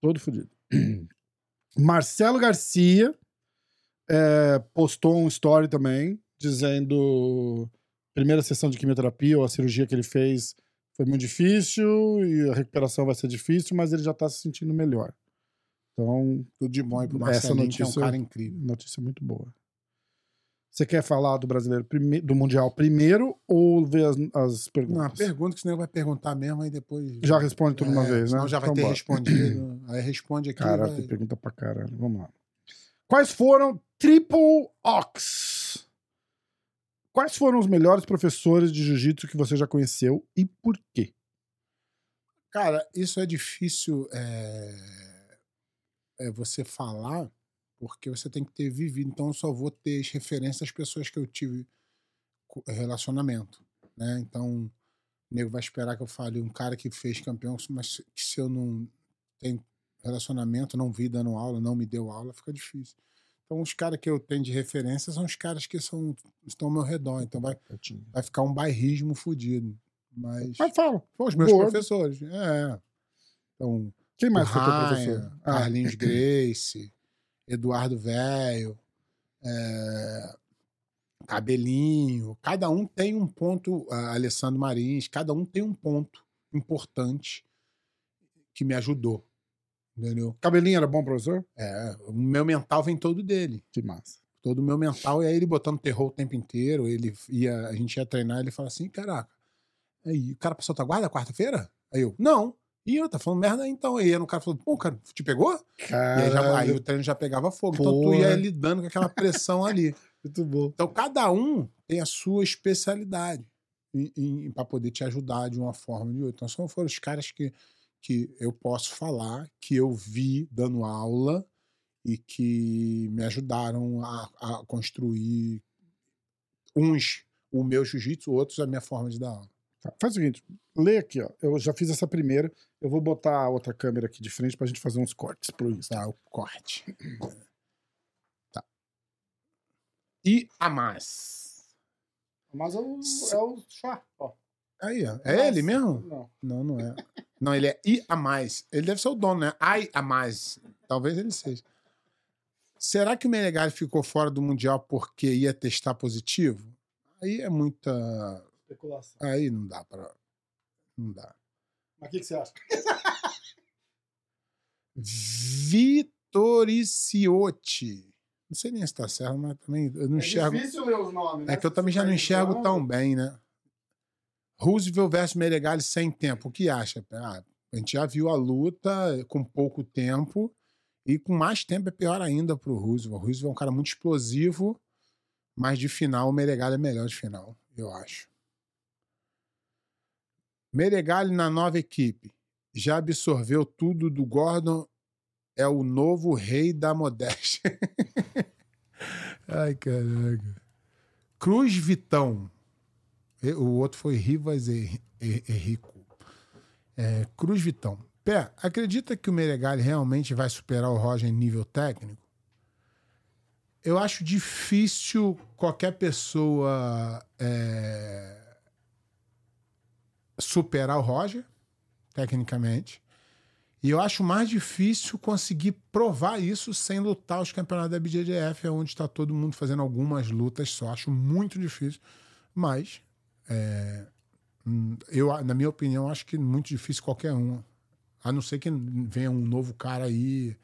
Speaker 3: Todo fudido. *clears throat* Marcelo Garcia é, postou um story também, dizendo primeira sessão de quimioterapia ou a cirurgia que ele fez foi muito difícil e a recuperação vai ser difícil, mas ele já está se sentindo melhor. Então,
Speaker 1: Tudo de bom aí pro
Speaker 3: Essa
Speaker 1: Marcelinho, que é um
Speaker 3: notícia-
Speaker 1: cara incrível.
Speaker 3: notícia muito boa. Você quer falar do brasileiro prime- do Mundial primeiro ou ver as, as
Speaker 1: Não,
Speaker 3: perguntas?
Speaker 1: pergunta que senão vai perguntar mesmo, aí depois...
Speaker 3: Já responde tudo de uma
Speaker 1: É,
Speaker 3: vez, né?
Speaker 1: senão já vai
Speaker 3: Então
Speaker 1: ter
Speaker 3: bora.
Speaker 1: respondido. *clears throat* né? Aí responde aqui.
Speaker 3: Cara, tipo,
Speaker 1: vai-
Speaker 3: tem pergunta pra caralho. Vamos lá. Quais foram Triple Ox? Quais foram os melhores professores de jiu-jitsu que você já conheceu e por quê?
Speaker 1: Cara, isso é difícil é, é você falar, porque você tem que ter vivido. Então, eu só vou ter as referências das pessoas que eu tive co- é, relacionamento, né? Então, o nego vai esperar que eu fale um cara que fez campeão, mas se- que se eu não tenho relacionamento, não vi dando aula, não me deu aula, fica difícil. Então, os caras que eu tenho de referência são os caras que são, estão ao meu redor. Então, vai, vai ficar um bairrismo fodido. Mas...
Speaker 3: Mas fala.
Speaker 1: Foi os meus
Speaker 3: Gordo.
Speaker 1: professores. É. Então,
Speaker 3: Quem mais foi teu
Speaker 1: Raia,
Speaker 3: professor? Ah, *laughs*
Speaker 1: Carlinhos Grace, Eduardo Velho, é, Cabelinho. Cada um tem um ponto, ah, Alessandro Marins, cada um tem um ponto importante que me ajudou. Entendeu?
Speaker 3: cabelinho era bom professor?
Speaker 1: É, o meu mental vem todo dele
Speaker 3: Que massa.
Speaker 1: todo o meu mental. E aí ele botando terror o tempo inteiro, ele ia, a gente ia treinar, ele fala assim, caraca, aí, o cara passou tua guarda quarta-feira? Aí eu, não. E eu, tá falando merda aí, então. Aí o cara falou, pô, cara, te pegou? E aí, já, aí o treino já pegava fogo. Então tu
Speaker 3: Porra.
Speaker 1: ia lidando com aquela pressão ali.
Speaker 3: muito bom.
Speaker 1: Então cada um tem a sua especialidade para poder te ajudar de uma forma ou de outra. Então são foram os caras que, que eu posso falar, que eu vi dando aula e que me ajudaram a, a construir uns o meu jiu-jitsu, outros a minha forma de dar aula.
Speaker 3: Tá, Faz o seguinte, lê aqui, ó. Eu já fiz essa primeira. Eu vou botar a outra câmera aqui de frente pra gente fazer uns cortes pro Insta.
Speaker 1: Tá, o *clears throat* corte. Tá. E a mais.
Speaker 3: Mas é o,
Speaker 1: é
Speaker 3: chá, ó.
Speaker 1: Aí, ó. É ele mesmo?
Speaker 3: Não.
Speaker 1: Não, não é. Não, ele é I a mais. Ele deve ser o dono, né? Ai a mais. Talvez ele seja. Será que o Menegari ficou fora do Mundial porque ia testar positivo? Aí é muita.
Speaker 3: Especulação.
Speaker 1: Aí não dá pra. Não dá.
Speaker 3: Mas o que, que você acha?
Speaker 1: Vitoriciotti. Não sei nem se tá certo, mas também eu
Speaker 3: É
Speaker 1: não enxergo.
Speaker 3: difícil ler os nomes, né?
Speaker 1: É que eu também já não enxergo tão bem, né? Roosevelt versus Meregali sem tempo. O que acha? Ah, a gente já viu a luta com pouco tempo e com mais tempo é pior ainda pro Roosevelt. O Roosevelt é um cara muito explosivo, mas de final o Meregali é melhor de final, eu acho. Meregali na nova equipe. Já absorveu tudo do Gordon. É o novo rei da modéstia. *laughs* Ai, caraca. Cruz Vitão. E- O outro foi Rivas e, e, e Rico. É, Cruz Vitão. Pé, acredita que o Meregali realmente vai superar o Roger em nível técnico? Eu acho difícil qualquer pessoa é, superar o Roger, tecnicamente. E eu acho mais difícil conseguir provar isso sem lutar os campeonatos da BJJF, é onde está todo mundo fazendo algumas lutas só. Acho muito difícil. Mas, é, hum, eu, a- na minha opinião, acho que muito difícil qualquer um. A não ser que venha um novo cara aí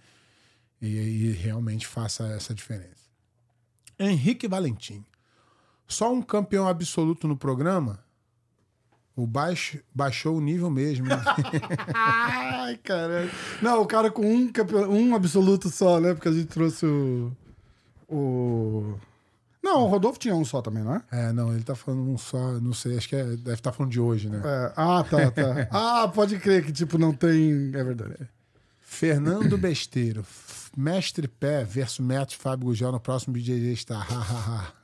Speaker 1: e, e realmente faça essa diferença. Henrique Valentim. Só um campeão absoluto no programa? O baixo, baixou o nível mesmo. né?
Speaker 3: Ai, caralho. Não, o cara com um, campeon- um absoluto só, né? Porque a gente trouxe o. O. Não, o Rodolfo tinha um só também, não é?
Speaker 1: É, não, ele tá falando um só, não sei, acho que é- deve estar falando de hoje, né?
Speaker 3: É, ah,
Speaker 1: *laughs*
Speaker 3: tá, tá. ah, pode crer que, tipo, não tem. É verdade.
Speaker 1: Fernando Besteiro. F- Mestre Pé versus Metro Fábio Gugel no próximo BJJ Star. Ha, ha, ha.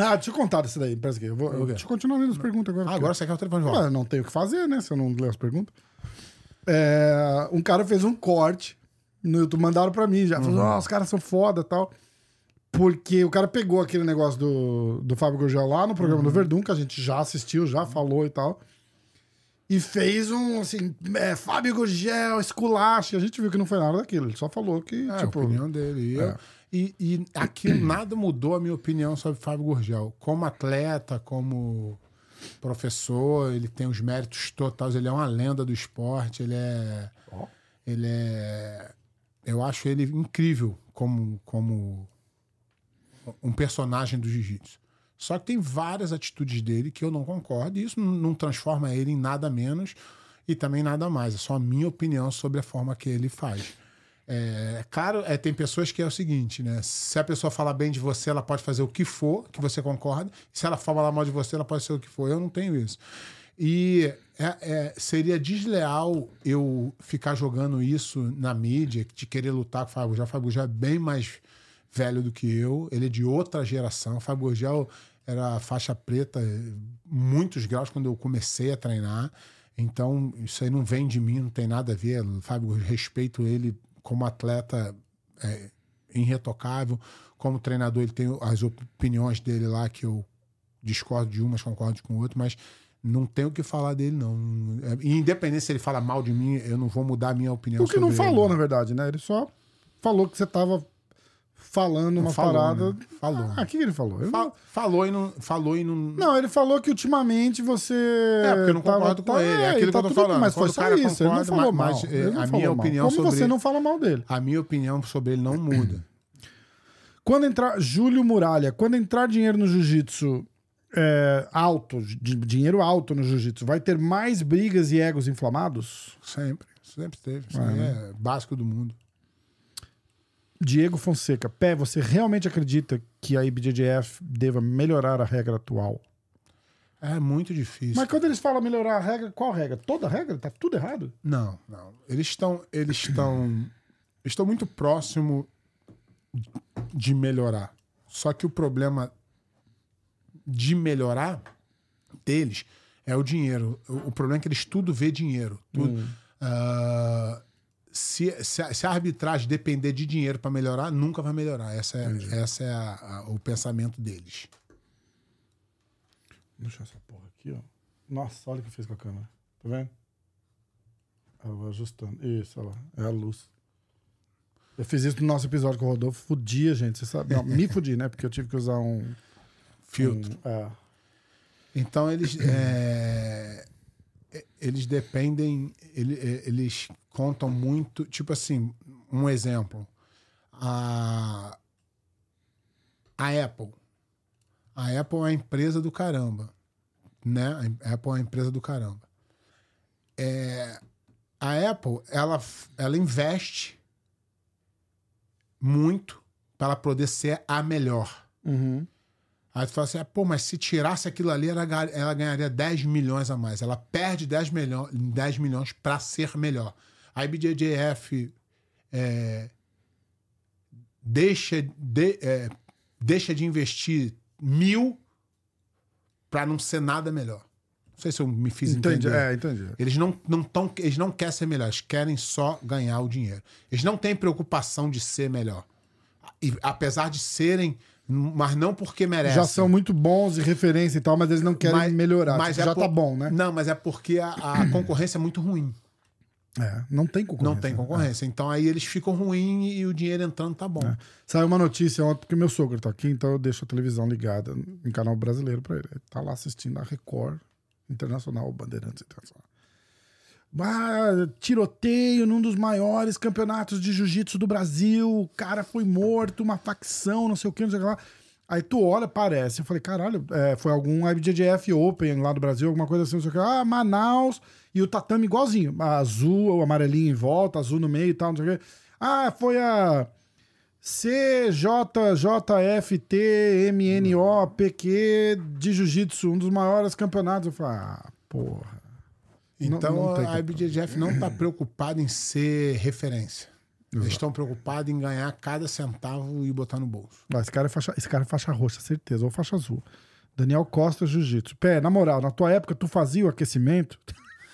Speaker 3: Ah, deixa eu contar isso daí. Parece que eu vou, eu- deixa eu continuar lendo as perguntas agora.
Speaker 1: Ah,
Speaker 3: porque-
Speaker 1: agora você quer o telefone de volta.
Speaker 3: Ah, não tenho o que fazer, né? Se eu não ler as perguntas. É, um cara fez um corte no YouTube, mandaram pra mim já.
Speaker 1: Uhum.
Speaker 3: Falou, "Ó, os caras são foda tal. Porque o cara pegou aquele negócio do, do Fábio Gurgel lá no programa
Speaker 1: Uhum.
Speaker 3: do Verdun, que a gente já assistiu, já falou e tal. E fez um, assim, é, Fábio Gurgel, esculacho. E a gente viu que não foi nada daquilo. Ele só falou que,
Speaker 1: É,
Speaker 3: tipo...
Speaker 1: a opinião dele. E, eu- e, e aqui *clears throat* nada mudou a minha opinião sobre Fábio Gurgel. Como atleta, como professor, ele tem os méritos totais. Ele é uma lenda do esporte. Ele é. Ele é. Eu acho ele incrível como, como um personagem do jiu-jitsu. Só que tem várias atitudes dele que eu não concordo, e isso n- não transforma ele em nada menos e também nada mais. É só a minha opinião sobre a forma que ele faz. É, claro, é, tem pessoas que é o seguinte, né? Se a pessoa falar bem de você, ela pode fazer o que for que você concorda. Se ela falar mal de você, ela pode ser o que for. Eu não tenho isso. E é- é, seria desleal eu ficar jogando isso na mídia, de querer lutar com o Fábio Gel. O Fábio Gel é bem mais velho do que eu, ele é de outra geração. O Fábio Gel era faixa preta, eh, muitos graus quando eu comecei a treinar. Então, isso aí não vem de mim, não tem nada a ver. O Fábio, eu respeito ele como atleta eh, irretocável. Como treinador, ele tem as opiniões dele lá que eu discordo de umas, concordo com outras, mas não tenho o que falar dele, não. É, Independente se ele fala mal de mim, eu não vou mudar a minha opinião
Speaker 3: Porque não
Speaker 1: sobre ele,
Speaker 3: falou, na verdade, né? Ele só falou que você tava falando uma
Speaker 1: falou,
Speaker 3: parada...
Speaker 1: né? Falou.
Speaker 3: Ah, o que que ele falou? Ele
Speaker 1: Fa- falou e não falou e não
Speaker 3: Não, ele falou que ultimamente você.
Speaker 1: É, porque eu não concordo com ele. É aquilo que eu tô
Speaker 3: tá tudo-
Speaker 1: falando.
Speaker 3: Mas
Speaker 1: Quando
Speaker 3: foi
Speaker 1: o
Speaker 3: só
Speaker 1: cara
Speaker 3: isso. Ele não
Speaker 1: concorda,
Speaker 3: falou
Speaker 1: mas-
Speaker 3: mal.
Speaker 1: mas,
Speaker 3: Ele
Speaker 1: é,
Speaker 3: não
Speaker 1: a
Speaker 3: falou
Speaker 1: minha
Speaker 3: mal.
Speaker 1: opinião
Speaker 3: Como
Speaker 1: sobre-
Speaker 3: você não fala mal dele.
Speaker 1: A minha opinião sobre ele não muda. *clears throat*
Speaker 3: Quando entrar. Júlio Muralha, quando entrar dinheiro no jiu-jitsu é, alto, di- dinheiro alto no jiu-jitsu, vai ter mais brigas e egos inflamados?
Speaker 1: Sempre. Sempre teve. Isso aí
Speaker 3: né?
Speaker 1: é básico do mundo.
Speaker 3: Diego Fonseca, Pé, você realmente acredita que a IBJJF deva melhorar a regra atual?
Speaker 1: É muito difícil.
Speaker 3: Mas quando eles falam melhorar a regra, qual regra? Toda regra? Tá tudo errado?
Speaker 1: Não, não. Eles estão. Eles estão. estão muito próximo de melhorar. Só que o problema de melhorar deles é o dinheiro. O, o problema é que eles tudo vê dinheiro. Tudo. Ah, se, se, a- se a arbitragem depender de dinheiro para melhorar, nunca vai melhorar. Essa é, essa é a- a- o pensamento deles.
Speaker 3: Deixa eu essa porra aqui, ó. Nossa, olha o que fez com a câmera. Tá vendo? Eu vou ajustando. Isso, olha lá. É a luz. Eu fiz isso no nosso episódio com o Rodolfo. Fudia, gente. Você sabe? Não, me fudi, né? Porque eu tive que usar um. um-
Speaker 1: Filtro.
Speaker 3: é.
Speaker 1: Então eles é, e- eles dependem, ele- e- eles contam muito, tipo assim, um exemplo, a a Apple, a Apple é a empresa do caramba, né? A Apple é a empresa do caramba. É, a Apple ela f- ela investe muito para poder ser a melhor.
Speaker 3: Uhum.
Speaker 1: Aí tu fala assim, ah, pô, mas se tirasse aquilo ali, ela, ga- ela ganharia 10 milhões a mais. Ela perde 10, milho- 10 milhões para ser melhor. A IBJJF é, deixa, de, é, deixa de investir mil para não ser nada melhor. Não sei se eu me fiz
Speaker 3: Entendi.
Speaker 1: entender.
Speaker 3: É, entendi.
Speaker 1: Eles não, não tão, eles não querem ser melhores, querem só ganhar o dinheiro. Eles não têm preocupação de ser melhor. E, apesar de serem, mas não porque merecem.
Speaker 3: Já são muito bons de referência e tal, mas eles não querem
Speaker 1: Mas-
Speaker 3: melhorar.
Speaker 1: mas
Speaker 3: Tipo,
Speaker 1: é
Speaker 3: já
Speaker 1: por-
Speaker 3: tá bom, né?
Speaker 1: Não, mas é porque a,
Speaker 3: *clears throat*
Speaker 1: a concorrência é muito ruim.
Speaker 3: É, não tem concorrência.
Speaker 1: Não tem
Speaker 3: né?
Speaker 1: concorrência. Então aí eles ficam ruins e o dinheiro entrando tá bom.
Speaker 3: Saiu uma notícia ontem, porque meu sogro tá aqui, então eu deixo a televisão ligada em canal brasileiro pra ele. Ele tá lá assistindo a Record Internacional, Bandeirantes Internacional. Ah, tiroteio num dos maiores campeonatos de jiu-jitsu do Brasil. O cara foi morto, uma facção, não sei o que, não sei o que lá. Aí tu olha, parece. Eu falei, caralho, é, foi algum IBJJF Open lá do Brasil, alguma coisa assim, não sei o que. Ah, Manaus e o tatame igualzinho. Azul, o amarelinho em volta, azul no meio e tal, não sei o que. Ah, foi a... CJJFTMNOPQ de Jiu-Jitsu, um dos maiores campeonatos. Eu falei, ah, porra. Não-
Speaker 1: Então
Speaker 3: não tem
Speaker 1: a IBJJF não tá preocupada em ser referência. Eles estão preocupados em ganhar cada centavo e botar no bolso.
Speaker 3: Ah, esse, cara é faixa, esse cara é faixa roxa, certeza, ou faixa azul. Daniel Costa, jiu-jitsu. Pé, na moral, na tua época tu fazia o aquecimento?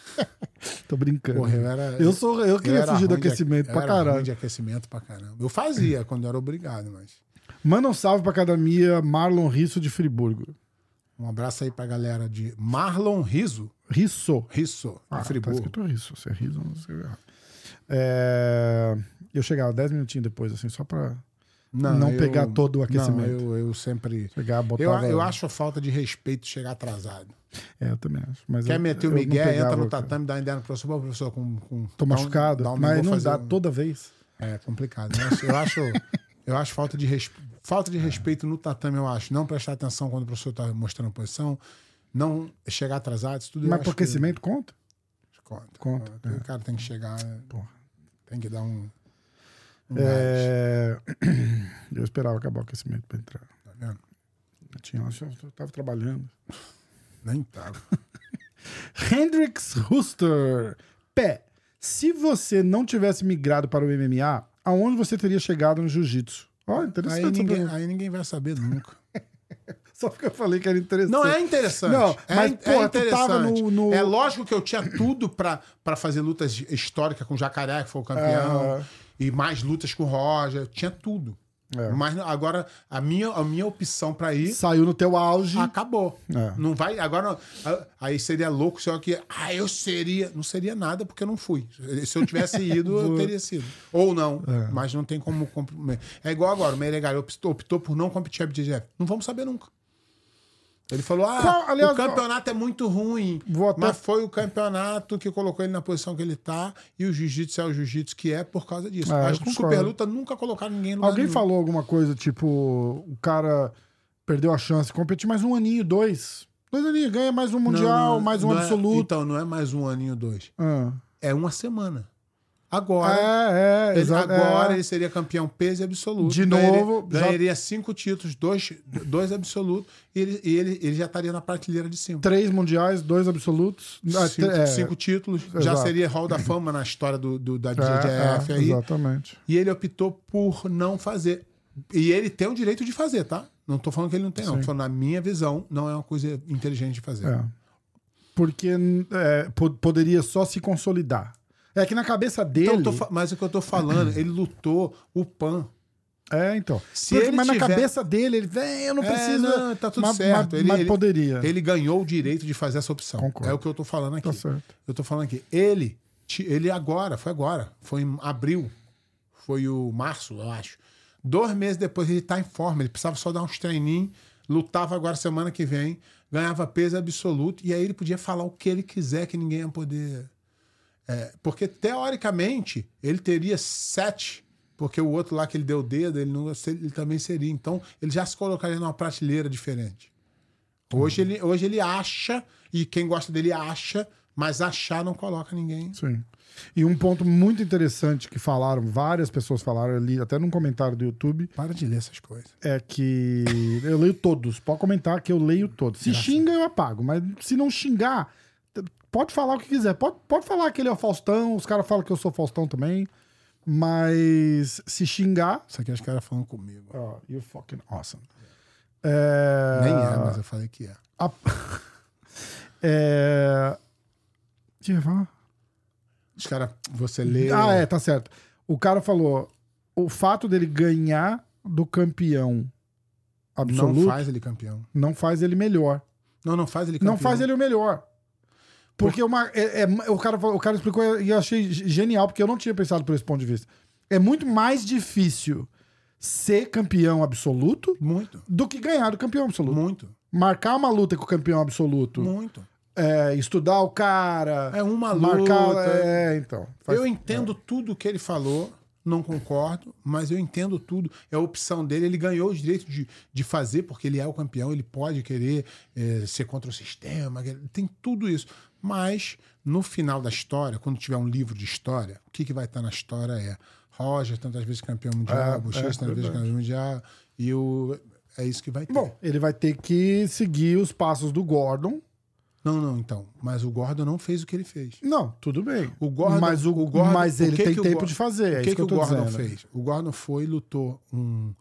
Speaker 3: *laughs* Tô brincando.
Speaker 1: Porra, eu era.
Speaker 3: eu sou, eu queria
Speaker 1: era
Speaker 3: fugir do
Speaker 1: ruim de aqu-
Speaker 3: aquecimento
Speaker 1: eu
Speaker 3: pra
Speaker 1: era ruim
Speaker 3: caralho.
Speaker 1: de aquecimento pra caramba. Eu fazia quando eu era obrigado, mas.
Speaker 3: Manda um salve pra academia Marlon Risso de Friburgo.
Speaker 1: Um abraço aí pra galera de Marlon Riso.
Speaker 3: Risso.
Speaker 1: Riso,
Speaker 3: Ah,
Speaker 1: de
Speaker 3: tá
Speaker 1: Friburgo.
Speaker 3: escrito Risso. Se é Risso, não sei errado. É, Eu chegava 10 minutinhos depois, assim, só pra não pegar todo o aquecimento.
Speaker 1: Não, eu, eu sempre.
Speaker 3: chegar, botar.
Speaker 1: Eu, eu acho a falta de respeito chegar atrasado.
Speaker 3: É, eu também acho. Mas
Speaker 1: Quer
Speaker 3: eu-
Speaker 1: meter o
Speaker 3: eu não
Speaker 1: Miguel, entra
Speaker 3: pegava,
Speaker 1: no
Speaker 3: cara.
Speaker 1: tatame, dá uma ideia no professor, pô, professor, com. com dá
Speaker 3: Tô
Speaker 1: um-
Speaker 3: machucado.
Speaker 1: dá um-
Speaker 3: mas
Speaker 1: vou
Speaker 3: não
Speaker 1: fazer
Speaker 3: dá
Speaker 1: um-
Speaker 3: toda vez.
Speaker 1: É complicado. né? Eu acho, eu acho falta de respeito. Falta
Speaker 3: É.
Speaker 1: de respeito no tatame, eu acho. Não prestar atenção quando o professor está mostrando a posição. Não chegar atrasado, isso tudo eu
Speaker 3: Mas pro
Speaker 1: acho que
Speaker 3: aquecimento conta?
Speaker 1: Conta.
Speaker 3: Conta, é.
Speaker 1: O cara tem que chegar. né?
Speaker 3: Porra.
Speaker 1: Tem que dar um. um gás,
Speaker 3: É, *clears throat* Eu esperava acabar o aquecimento pra entrar.
Speaker 1: tá vendo?
Speaker 3: Eu, tinha, eu tava trabalhando.
Speaker 1: Nem tá. tava.
Speaker 3: Hendrix Huster. Pé, se você não tivesse migrado para o MMA, aonde você teria chegado no jiu-jitsu? Ó, interessante.
Speaker 1: Aí
Speaker 3: essa
Speaker 1: ninguém,
Speaker 3: pergunta.
Speaker 1: aí ninguém vai saber nunca.
Speaker 3: Só porque eu falei que era interessante.
Speaker 1: Não, é interessante.
Speaker 3: Não,
Speaker 1: é,
Speaker 3: mas,
Speaker 1: é
Speaker 3: porra, tu
Speaker 1: interessante.
Speaker 3: tava no- no-
Speaker 1: É lógico que eu tinha tudo pra, pra fazer lutas históricas com o Jacaré, que foi o campeão,
Speaker 3: Aham.
Speaker 1: e mais lutas com o Roger. Eu tinha tudo.
Speaker 3: É.
Speaker 1: Mas agora, a minha, a minha opção pra ir
Speaker 3: Saiu no teu auge.
Speaker 1: acabou.
Speaker 3: É.
Speaker 1: Não vai. Agora, ah, aí seria louco só que. Ah, eu seria. Não seria nada porque eu não fui. Se eu
Speaker 3: *laughs*
Speaker 1: tivesse ido, eu teria sido. Ou não.
Speaker 3: É.
Speaker 1: Mas não tem como. comp- É igual agora. O Meregali optou, optou por não competir BJJF. Não vamos saber nunca. Ele falou: ah,
Speaker 3: Qual- aliás,
Speaker 1: o campeonato é muito ruim.
Speaker 3: Vou até-
Speaker 1: Mas foi o campeonato que colocou ele na posição que ele tá. E o jiu-jitsu é o jiu-jitsu que é por causa disso.
Speaker 3: É, eu
Speaker 1: As
Speaker 3: concordo.
Speaker 1: super luta nunca colocaram ninguém no lugar
Speaker 3: Alguém
Speaker 1: nenhum.
Speaker 3: falou alguma coisa, tipo, o cara perdeu a chance de competir mais um aninho, dois. Dois aninhos, ganha mais um
Speaker 1: Não,
Speaker 3: mundial,
Speaker 1: não,
Speaker 3: mais um
Speaker 1: não é-
Speaker 3: absoluto.
Speaker 1: então, não é mais um aninho, dois.
Speaker 3: Ah.
Speaker 1: É uma semana. Agora.
Speaker 3: É, é,
Speaker 1: Ele-
Speaker 3: exato.
Speaker 1: agora
Speaker 3: é.
Speaker 1: ele seria campeão peso e absoluto.
Speaker 3: De novo, já-
Speaker 1: Ganharia, ganharia cinco títulos, dois, dois absolutos, e, ele, e ele, ele já estaria na prateleira de cima.
Speaker 3: Três mundiais, dois absolutos. Ah,
Speaker 1: Cinco,
Speaker 3: tre- é,
Speaker 1: cinco títulos, já
Speaker 3: exato.
Speaker 1: seria Hall da Fama na história do, do- da DJF
Speaker 3: é, é,
Speaker 1: aí.
Speaker 3: Exatamente.
Speaker 1: E ele optou por não fazer. E ele tem o direito de fazer, tá? Não tô falando que ele não tem, não. Tô falando, na minha visão, não é uma coisa inteligente de fazer.
Speaker 3: É. Porque é, po- poderia só se consolidar. É que na cabeça dele.
Speaker 1: Então, tô fa- mas o que eu tô falando, ele lutou o PAN.
Speaker 3: É, então.
Speaker 1: Se
Speaker 3: Porque-
Speaker 1: ele
Speaker 3: mas na
Speaker 1: tiver-
Speaker 3: cabeça dele, ele vem, eu não
Speaker 1: É,
Speaker 3: preciso.
Speaker 1: não, tá tudo
Speaker 3: mas,
Speaker 1: certo.
Speaker 3: Mas,
Speaker 1: Ele-
Speaker 3: mas
Speaker 1: ele-
Speaker 3: poderia.
Speaker 1: Ele ganhou o direito de fazer essa opção.
Speaker 3: Concordo.
Speaker 1: É o que eu tô falando aqui.
Speaker 3: Tá certo.
Speaker 1: Eu tô falando aqui. Ele, ti- ele agora, foi agora, foi em abril, foi o março, eu acho. Dois meses depois ele tá em forma, ele precisava só dar uns treininhos, lutava agora semana que vem, ganhava peso absoluto, e aí ele podia falar o que ele quiser que ninguém ia poder. É, porque teoricamente ele teria sete, porque o outro lá que ele deu o dedo, ele, não, ele também seria. Então ele já se colocaria numa prateleira diferente. Hoje, ele, hoje ele acha, e quem gosta dele acha, mas achar não coloca ninguém.
Speaker 3: Sim. E um ponto muito interessante que falaram, várias pessoas falaram ali, até num comentário do YouTube,
Speaker 1: Para de ler essas coisas.
Speaker 3: é que eu leio todos. Pode comentar que eu leio todos. Se xinga, eu apago. Mas se não xingar, t- pode falar o que quiser. Pode, pode falar que ele é o Faustão. Os caras falam que eu sou Faustão também. Mas se xingar.
Speaker 1: Isso aqui é os caras falando comigo.
Speaker 3: Ó, you're fucking awesome. É,
Speaker 1: Nem é, mas eu falei que é.
Speaker 3: a- *laughs* é. O que eu ia falar?
Speaker 1: Os caras, você lê.
Speaker 3: Ah, é, tá certo. O cara falou: o fato dele ganhar do campeão
Speaker 1: Não
Speaker 3: absoluto não faz,
Speaker 1: faz ele campeão.
Speaker 3: ele melhor.
Speaker 1: Não, não faz ele campeão.
Speaker 3: Não faz ele o melhor. Porque uma, é- é- o, cara, falou- o cara explicou e eu achei ge- genial, porque eu não tinha pensado por esse ponto de vista. É muito mais difícil ser campeão absoluto
Speaker 1: Muito,
Speaker 3: do que ganhar do campeão absoluto.
Speaker 1: muito,
Speaker 3: Marcar uma luta com o campeão absoluto,
Speaker 1: muito.
Speaker 3: é, estudar o cara,
Speaker 1: É uma
Speaker 3: marcar.
Speaker 1: luta.
Speaker 3: É, então. Faz-
Speaker 1: Eu entendo tudo que ele falou, não concordo, mas eu entendo tudo. É a opção dele, ele ganhou o direito de, de fazer, porque ele é o campeão, ele pode querer eh, ser contra o sistema, que- tem tudo isso. Mas, no final da história, quando tiver um livro de história, o que, que vai estar na história é Roger, tantas vezes campeão mundial,
Speaker 3: É,
Speaker 1: Buchecha,
Speaker 3: é,
Speaker 1: tantas vezes
Speaker 3: verdade.
Speaker 1: campeão mundial, e o. É isso que vai ter.
Speaker 3: Bom, ele vai ter que seguir os passos do Gordon
Speaker 1: Não, não, então. Mas o Gordon não fez o que ele fez.
Speaker 3: Não, tudo bem.
Speaker 1: O Gordon,
Speaker 3: mas o,
Speaker 1: Gordon-
Speaker 3: mas
Speaker 1: o
Speaker 3: ele
Speaker 1: que
Speaker 3: tem
Speaker 1: que o
Speaker 3: tempo
Speaker 1: Gor-
Speaker 3: de fazer. É
Speaker 1: o
Speaker 3: isso
Speaker 1: que,
Speaker 3: que,
Speaker 1: que
Speaker 3: eu
Speaker 1: o
Speaker 3: tô
Speaker 1: Gordon
Speaker 3: dizendo.
Speaker 1: fez? O Gordon foi e lutou um.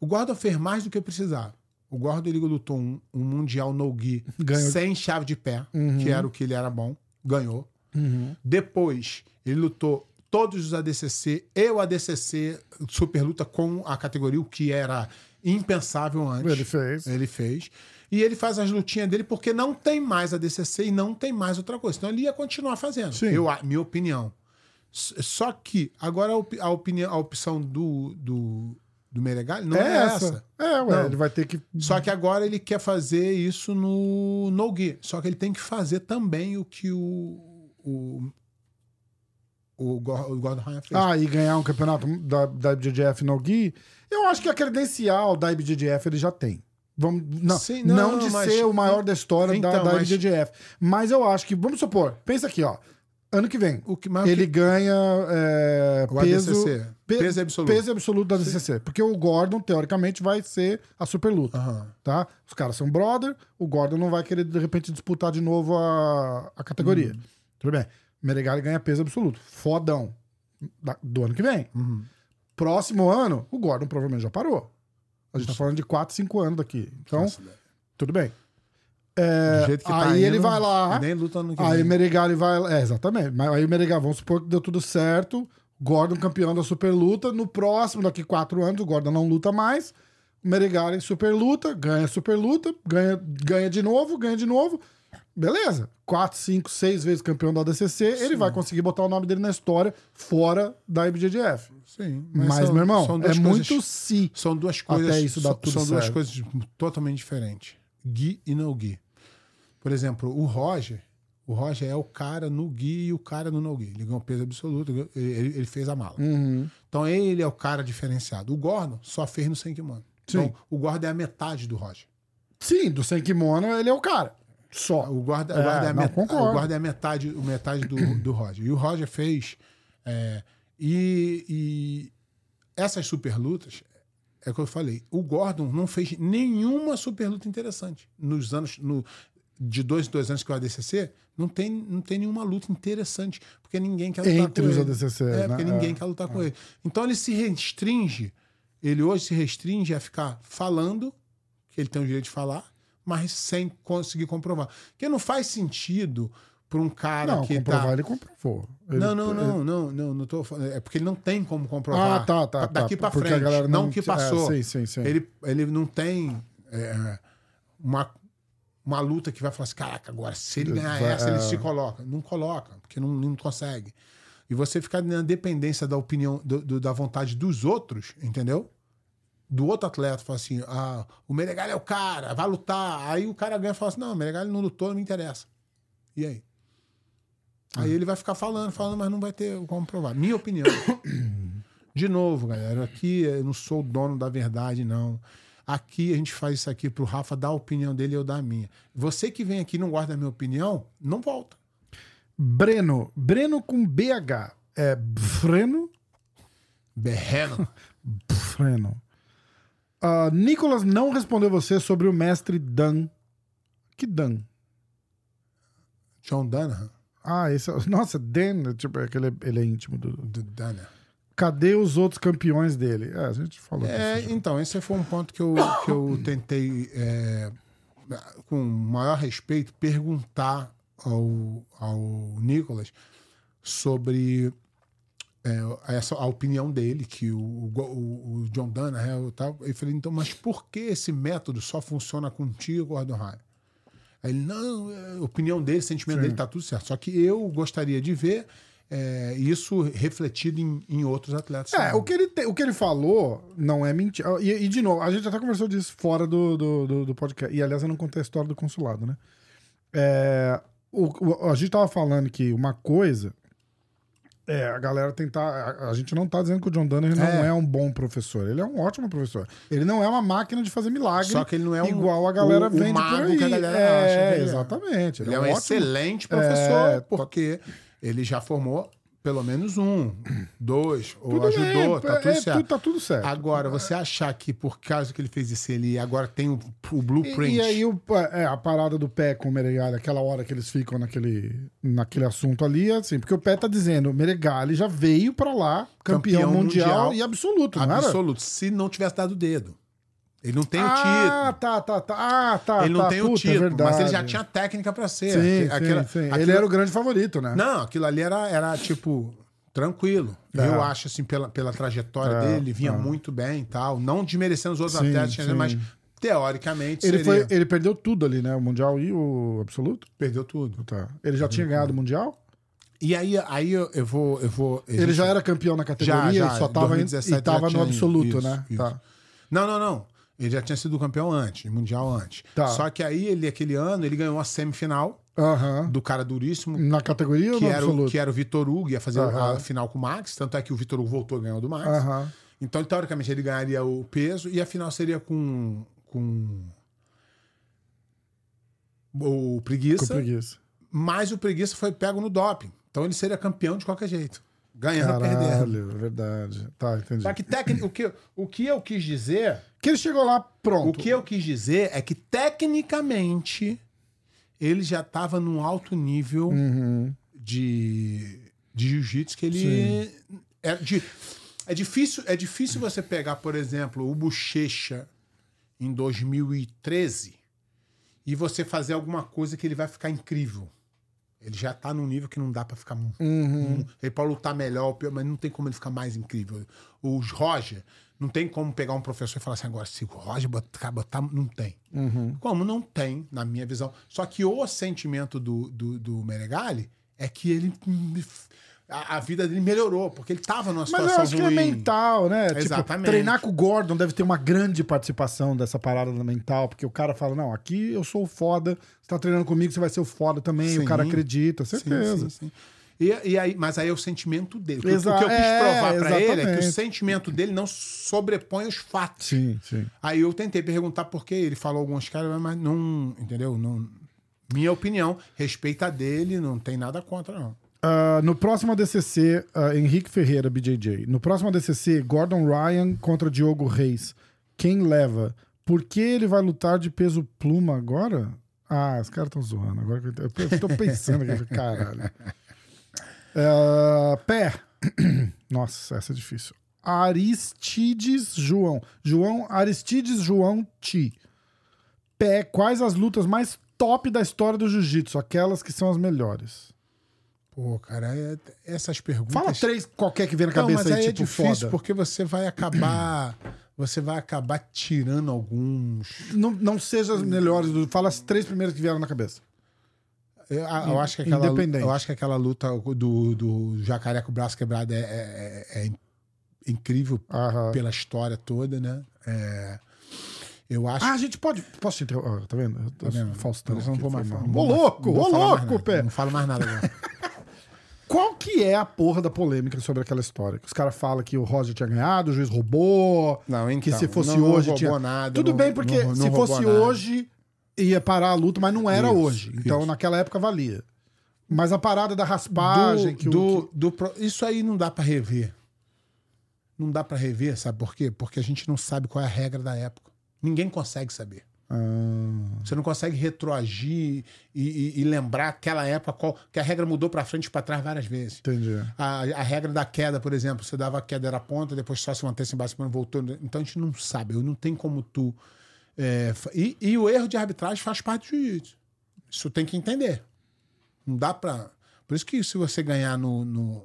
Speaker 1: O Gordon fez mais do que precisava. O Gordon ele lutou um, um Mundial no gi
Speaker 3: Ganhou.
Speaker 1: sem chave de pé,
Speaker 3: Uhum.
Speaker 1: que era o que ele era bom, ganhou.
Speaker 3: Uhum.
Speaker 1: Depois, ele lutou todos os ADCC e o ADCC Super Luta com a categoria, o que era impensável antes.
Speaker 3: Ele fez.
Speaker 1: Ele fez. E ele faz as lutinhas dele porque não tem mais a DCC e não tem mais outra coisa. Então ele ia continuar fazendo.
Speaker 3: Sim.
Speaker 1: Eu, a- minha opinião. S- Só que agora a, opi- a opinião, a opção do, do, do Meregali não
Speaker 3: É
Speaker 1: é,
Speaker 3: essa.
Speaker 1: essa.
Speaker 3: É, ué,
Speaker 1: Não.
Speaker 3: ele vai ter que.
Speaker 1: Só que agora ele quer fazer isso no no gi. Só que ele tem que fazer também o que o o, o, Gor- o Gordon Ryan fez.
Speaker 3: Ah, e ganhar um campeonato da, da IBJJF no Gui. Eu acho que a credencial da IBJJF ele já tem. Vamos, não,
Speaker 1: Sim,
Speaker 3: não,
Speaker 1: não,
Speaker 3: de
Speaker 1: mas-
Speaker 3: ser o maior da história da,
Speaker 1: Então,
Speaker 3: da
Speaker 1: mas-
Speaker 3: IBJJF. Mas eu acho que, vamos supor, pensa aqui, ó. Ano que vem,
Speaker 1: o que mais
Speaker 3: ele ganha é,
Speaker 1: o
Speaker 3: peso,
Speaker 1: ADCC,
Speaker 3: pe-
Speaker 1: peso absoluto.
Speaker 3: peso absoluto da DCC. Porque o Gordon, teoricamente, vai ser a super luta.
Speaker 1: Aham.
Speaker 3: tá? Os caras são brother, o Gordon não vai querer, de repente, disputar de novo a, a categoria.
Speaker 1: Uhum.
Speaker 3: Tudo bem. Meregali ganha peso absoluto. Fodão. Da- do ano que vem.
Speaker 1: Uhum.
Speaker 3: Próximo ano, o Gordon provavelmente já parou. A gente tá falando de 4, 5 anos daqui. Então,
Speaker 1: Nossa,
Speaker 3: tudo bem. É,
Speaker 1: do jeito que
Speaker 3: aí
Speaker 1: tá
Speaker 3: ele
Speaker 1: indo,
Speaker 3: vai lá,
Speaker 1: Nem luta no que
Speaker 3: Aí
Speaker 1: vem.
Speaker 3: o Meregali vai. É, exatamente. Mas aí o Meregali, vamos supor que deu tudo certo. Gordon campeão da super luta. No próximo, daqui quatro anos, o Gordon não luta mais. O Meregali super luta, ganha super luta, ganha, ganha de novo, ganha de novo. Beleza. Quatro, cinco, seis vezes campeão da ADCC, ele vai conseguir botar o nome dele na história fora da IBJJF.
Speaker 1: Sim,
Speaker 3: Mas,
Speaker 1: são-
Speaker 3: meu irmão,
Speaker 1: são
Speaker 3: é
Speaker 1: duas coisas-
Speaker 3: muito si.
Speaker 1: São duas coisas.
Speaker 3: Até isso dá
Speaker 1: são-
Speaker 3: tudo
Speaker 1: São duas
Speaker 3: certo.
Speaker 1: coisas totalmente diferentes. Gui e no Gui. Por exemplo, o Roger. O Roger é o cara no Gui e o cara no no Gui. Ele ganhou peso absoluto, ele, ele- ele fez a mala. Então ele é o cara diferenciado. O Gordon só fez no sem kimono.
Speaker 3: Sim.
Speaker 1: Então, o Gordon é a metade do Roger.
Speaker 3: Sim, do sem kimono, ele é o cara. Só.
Speaker 1: O guarda,
Speaker 3: É,
Speaker 1: o guarda é, a
Speaker 3: não,
Speaker 1: met-
Speaker 3: concordo.
Speaker 1: o guarda é a metade, o metade do, do Roger. E o Roger fez. é, e, e essas super lutas, é o que eu falei. O Gordon não fez nenhuma super luta interessante. Nos anos. No, de dois em dois anos que é o ADCC, não tem, não tem nenhuma luta interessante. Porque ninguém quer lutar
Speaker 3: Entre
Speaker 1: com
Speaker 3: os
Speaker 1: ele.
Speaker 3: ADCC,
Speaker 1: É,
Speaker 3: né?
Speaker 1: porque ninguém
Speaker 3: É.
Speaker 1: quer lutar com ele. Então ele se restringe. Ele hoje se restringe a ficar falando que ele tem o direito de falar, mas sem conseguir comprovar. Porque não faz sentido para um cara
Speaker 3: Não,
Speaker 1: que
Speaker 3: comprovar
Speaker 1: tá...
Speaker 3: ele comprovou. Ele-
Speaker 1: Não, não,
Speaker 3: ele-
Speaker 1: não, não, não, não tô falando. É porque ele não tem como comprovar.
Speaker 3: Ah, tá, tá.
Speaker 1: Da- Daqui
Speaker 3: tá,
Speaker 1: para
Speaker 3: porque a
Speaker 1: frente,
Speaker 3: galera
Speaker 1: não, que
Speaker 3: é,
Speaker 1: passou.
Speaker 3: sim, sim, sim.
Speaker 1: ele, ele não tem é, uma, uma luta que vai falar assim, caraca, agora se ele ganhar
Speaker 3: Vai-
Speaker 1: essa,
Speaker 3: é.
Speaker 1: ele se coloca. Não coloca, porque não, não consegue. E você ficar na dependência da opinião, do- do- da vontade dos outros, entendeu? do outro atleta, fala assim: ah, o Menegal é o cara, vai lutar. Aí o cara ganha e fala assim: não, o Menegal não lutou, não me interessa. E aí? Aí
Speaker 3: Hum.
Speaker 1: ele vai ficar falando, falando, mas não vai ter como provar. Minha opinião.
Speaker 3: *coughs*
Speaker 1: De novo, galera, aqui eu não sou o dono da verdade, não. Aqui a gente faz isso aqui pro Rafa dar a opinião dele e eu dar a minha. Você que vem aqui e não guarda a minha opinião, não volta.
Speaker 3: Breno. Breno com BH. É Breno?
Speaker 1: Berreno.
Speaker 3: Breno. Ah, Nicolas não respondeu você sobre o mestre Dan. Que Dan?
Speaker 1: John Danahan.
Speaker 3: Ah, esse. é- *laughs* Nossa, Dan. é Tipo, é que ele, é- ele é íntimo do.
Speaker 1: Do Danahan.
Speaker 3: Cadê os outros campeões dele? É, a gente falou.
Speaker 1: É,
Speaker 3: disso já.
Speaker 1: então, esse foi um ponto que eu, que
Speaker 3: *coughs*
Speaker 1: eu tentei, é, com o maior respeito, perguntar ao, ao Nicolas sobre é, essa, a opinião dele, que o, o, o John Danaher e tal. Eu falei, então, mas por que esse método só funciona contigo, Gordon Ryan? Aí ele, não, é, a opinião dele, sentimento dele, tá tudo certo. Só que eu gostaria de ver é, isso refletido em, em outros atletas.
Speaker 3: É,
Speaker 1: também.
Speaker 3: o que, ele te- o que ele falou não é mentira. E, e, de novo, a gente até conversou disso fora do, do, do- do podcast. E aliás, eu não contei a história do consulado, né? É, o- o- a gente tava falando que uma coisa é a galera tentar. A, a gente não tá dizendo que o John Donner não é.
Speaker 1: É.
Speaker 3: um bom professor. Ele é um ótimo professor. Ele não é uma máquina de fazer milagre.
Speaker 1: Só que ele não é um-
Speaker 3: igual a galera
Speaker 1: o- o
Speaker 3: vende por
Speaker 1: mago
Speaker 3: aí.
Speaker 1: que a galera
Speaker 3: é,
Speaker 1: acha que ele é.
Speaker 3: exatamente.
Speaker 1: Ele é um
Speaker 3: ótimo-
Speaker 1: excelente professor, porque ele já formou Pelo menos um, dois, ou
Speaker 3: Tudo bem,
Speaker 1: ajudou, tá
Speaker 3: é,
Speaker 1: tudo
Speaker 3: é,
Speaker 1: certo.
Speaker 3: Tá tudo certo.
Speaker 1: Agora, você achar que por causa que ele fez isso, ele agora tem o, o
Speaker 3: E,
Speaker 1: blueprint.
Speaker 3: e aí o pa- é, a parada do pé com o Meregali, aquela hora que eles ficam naquele, naquele assunto ali, assim, porque o pé tá dizendo, o Meregali já veio pra lá, campeão,
Speaker 1: Campeão
Speaker 3: mundial,
Speaker 1: mundial.
Speaker 3: e absoluto, não era?
Speaker 1: Absoluto. Se não tivesse dado o dedo. Ele não tem o título.
Speaker 3: Ah, tá, tá, tá. Ah, tá.
Speaker 1: ele não
Speaker 3: tá,
Speaker 1: tem o
Speaker 3: puta, é
Speaker 1: título, mas ele já
Speaker 3: verdade.
Speaker 1: tinha a técnica pra ser.
Speaker 3: Sim,
Speaker 1: Aquela-
Speaker 3: sim, sim.
Speaker 1: aquilo-
Speaker 3: Ele era o grande favorito, né?
Speaker 1: Não, aquilo ali era, era tipo, tranquilo.
Speaker 3: É.
Speaker 1: Eu acho, assim, pela, pela trajetória
Speaker 3: É,
Speaker 1: dele, ele vinha
Speaker 3: é.
Speaker 1: muito bem e tal. Não desmerecendo os outros
Speaker 3: Sim,
Speaker 1: atletas,
Speaker 3: sim.
Speaker 1: mas teoricamente
Speaker 3: ele,
Speaker 1: seria.
Speaker 3: foi, ele perdeu tudo ali, né? O Mundial e o Absoluto.
Speaker 1: Perdeu tudo.
Speaker 3: Tá. Ele já tinha ganhado o Mundial?
Speaker 1: E aí, aí eu, eu vou. Eu vou um-
Speaker 3: Ele já era campeão na categoria
Speaker 1: já,
Speaker 3: e só tava, em-
Speaker 1: 2017
Speaker 3: e tava
Speaker 1: já
Speaker 3: no
Speaker 1: tinha ido.
Speaker 3: Absoluto,
Speaker 1: Isso,
Speaker 3: né?
Speaker 1: isso.
Speaker 3: Tá.
Speaker 1: Não, não, não. Ele já tinha sido campeão antes, mundial antes.
Speaker 3: Tá.
Speaker 1: Só que aí, ele, aquele ano, ele ganhou a semifinal
Speaker 3: Aham.
Speaker 1: do cara duríssimo,
Speaker 3: Na categoria ou
Speaker 1: que
Speaker 3: no
Speaker 1: era, o,
Speaker 3: Absoluto?
Speaker 1: que era o Vitor Hugo, ia fazer
Speaker 3: Aham.
Speaker 1: a final com o Max, tanto é que o Vitor Hugo voltou e ganhou do Max.
Speaker 3: Aham.
Speaker 1: Então, teoricamente, ele ganharia o peso e a final seria com. com. o
Speaker 3: Com
Speaker 1: Preguiça,
Speaker 3: preguiça.
Speaker 1: mas o Preguiça foi pego no doping. Então, ele seria campeão de qualquer jeito. Ganhando ou perdendo.
Speaker 3: Caralho, é verdade. Tá, entendi.
Speaker 1: Só que tecni- o, que, o que eu quis dizer
Speaker 3: Que ele chegou lá pronto.
Speaker 1: O que eu quis dizer é que, tecnicamente, ele já estava num alto nível
Speaker 3: Uhum.
Speaker 1: de, de jiu-jitsu que ele. É, de- é difícil, é difícil você pegar, por exemplo, o Bochecha em 2013 e você fazer alguma coisa que ele vai ficar incrível. Ele já tá num nível que não dá pra ficar mu-
Speaker 3: Uhum.
Speaker 1: ele pode lutar melhor ou pior, mas não tem como ele ficar mais incrível. Os Roger, não tem como pegar um professor e falar assim, agora, se o Roger botar, botar não tem.
Speaker 3: Uhum.
Speaker 1: Como? Não tem, na minha visão. Só que o sentimento do, do, do Meregali é que ele... A, a vida dele melhorou, porque ele tava numa situação
Speaker 3: Mas eu acho que é
Speaker 1: ruim.
Speaker 3: mental, né? Tipo,
Speaker 1: Exatamente.
Speaker 3: treinar com o Gordon deve ter uma grande participação dessa parada da mental, porque o cara fala: não, aqui eu sou o foda, você tá treinando comigo, você vai ser o foda também.
Speaker 1: Sim.
Speaker 3: O cara acredita,
Speaker 1: Sim,
Speaker 3: certeza.
Speaker 1: sim, sim. E, e aí, mas aí é o sentimento dele. O que-
Speaker 3: Exa-
Speaker 1: o que eu quis
Speaker 3: é,
Speaker 1: provar pra ele é que
Speaker 3: exatamente.
Speaker 1: o sentimento dele não sobrepõe os fatos.
Speaker 3: Sim, sim.
Speaker 1: Aí eu tentei perguntar por quê. Ele falou alguns caras, mas não. Entendeu? Não, minha opinião, respeita a dele, não tem nada contra, não.
Speaker 3: Ah, no próximo ADCC, ah, Henrique Ferreira, BJJ. No próximo ADCC, Gordon Ryan contra Diogo Reis. Quem leva? Por que ele vai lutar de peso pluma agora? Ah, os caras estão zoando. Agora que eu ent- eu tô pensando aqui, caralho. Ah, pé. *clears throat* Nossa, essa é difícil. Aristides João. João Aristides João Ti. Pé, quais as lutas mais top da história do jiu-jitsu? Aquelas que são as melhores.
Speaker 1: Pô, cara, é- essas perguntas.
Speaker 3: Fala três qualquer que vem na
Speaker 1: não,
Speaker 3: cabeça
Speaker 1: mas
Speaker 3: aí,
Speaker 1: aí é
Speaker 3: tipo,
Speaker 1: difícil
Speaker 3: foda.
Speaker 1: porque você vai acabar. Você vai acabar tirando alguns.
Speaker 3: Não, não seja as melhores, do- fala as três primeiras que vieram na cabeça.
Speaker 1: Eu, eu acho que aquela,
Speaker 3: Independente.
Speaker 1: eu acho que aquela luta do, do jacaré com o braço quebrado é, é- é- é in- incrível
Speaker 3: Aham.
Speaker 1: pela história toda, né? É, eu acho
Speaker 3: Ah, a gente pode. Posso te interromper? Tá vendo? Eu tô
Speaker 1: vendo?
Speaker 3: Faustão. tá
Speaker 1: Eu não vou mais falar. Não
Speaker 3: Ô
Speaker 1: vou mais-
Speaker 3: louco,
Speaker 1: não vou
Speaker 3: ô
Speaker 1: falar mais
Speaker 3: louco,
Speaker 1: nada.
Speaker 3: pé.
Speaker 1: Não falo mais nada
Speaker 3: *laughs*
Speaker 1: agora.
Speaker 3: Qual que é a porra da polêmica sobre aquela história? Que os caras falam que o Roger tinha ganhado, o juiz roubou.
Speaker 1: Não, então,
Speaker 3: que se fosse
Speaker 1: não- não
Speaker 3: hoje.
Speaker 1: roubou
Speaker 3: tinha...
Speaker 1: nada,
Speaker 3: Tudo
Speaker 1: não-
Speaker 3: bem, porque
Speaker 1: não- não
Speaker 3: se
Speaker 1: roubou
Speaker 3: fosse
Speaker 1: nada.
Speaker 3: hoje, ia parar a luta, mas não era
Speaker 1: Isso,
Speaker 3: hoje. Então
Speaker 1: isso.
Speaker 3: naquela época valia. Mas a parada da
Speaker 1: Do,
Speaker 3: raspagem que Ah, o.
Speaker 1: do, do pro- isso aí não dá pra rever. Não dá pra rever, sabe por quê? Porque a gente não sabe qual é a regra da época. Ninguém consegue saber.
Speaker 3: Ah,
Speaker 1: Você não consegue retroagir e, e- e lembrar aquela época qual, que a regra mudou pra frente e pra trás várias vezes.
Speaker 3: entendi.
Speaker 1: A, a regra da queda, por exemplo, você dava a queda, era a ponta, depois só se mantesse embaixo, mas voltou. Então a gente não sabe, eu não tem como tu. é, fa- e, e o erro de arbitragem faz parte do jiu-jitsu. Isso tem que entender. Não dá pra. Por isso que se você ganhar no, no,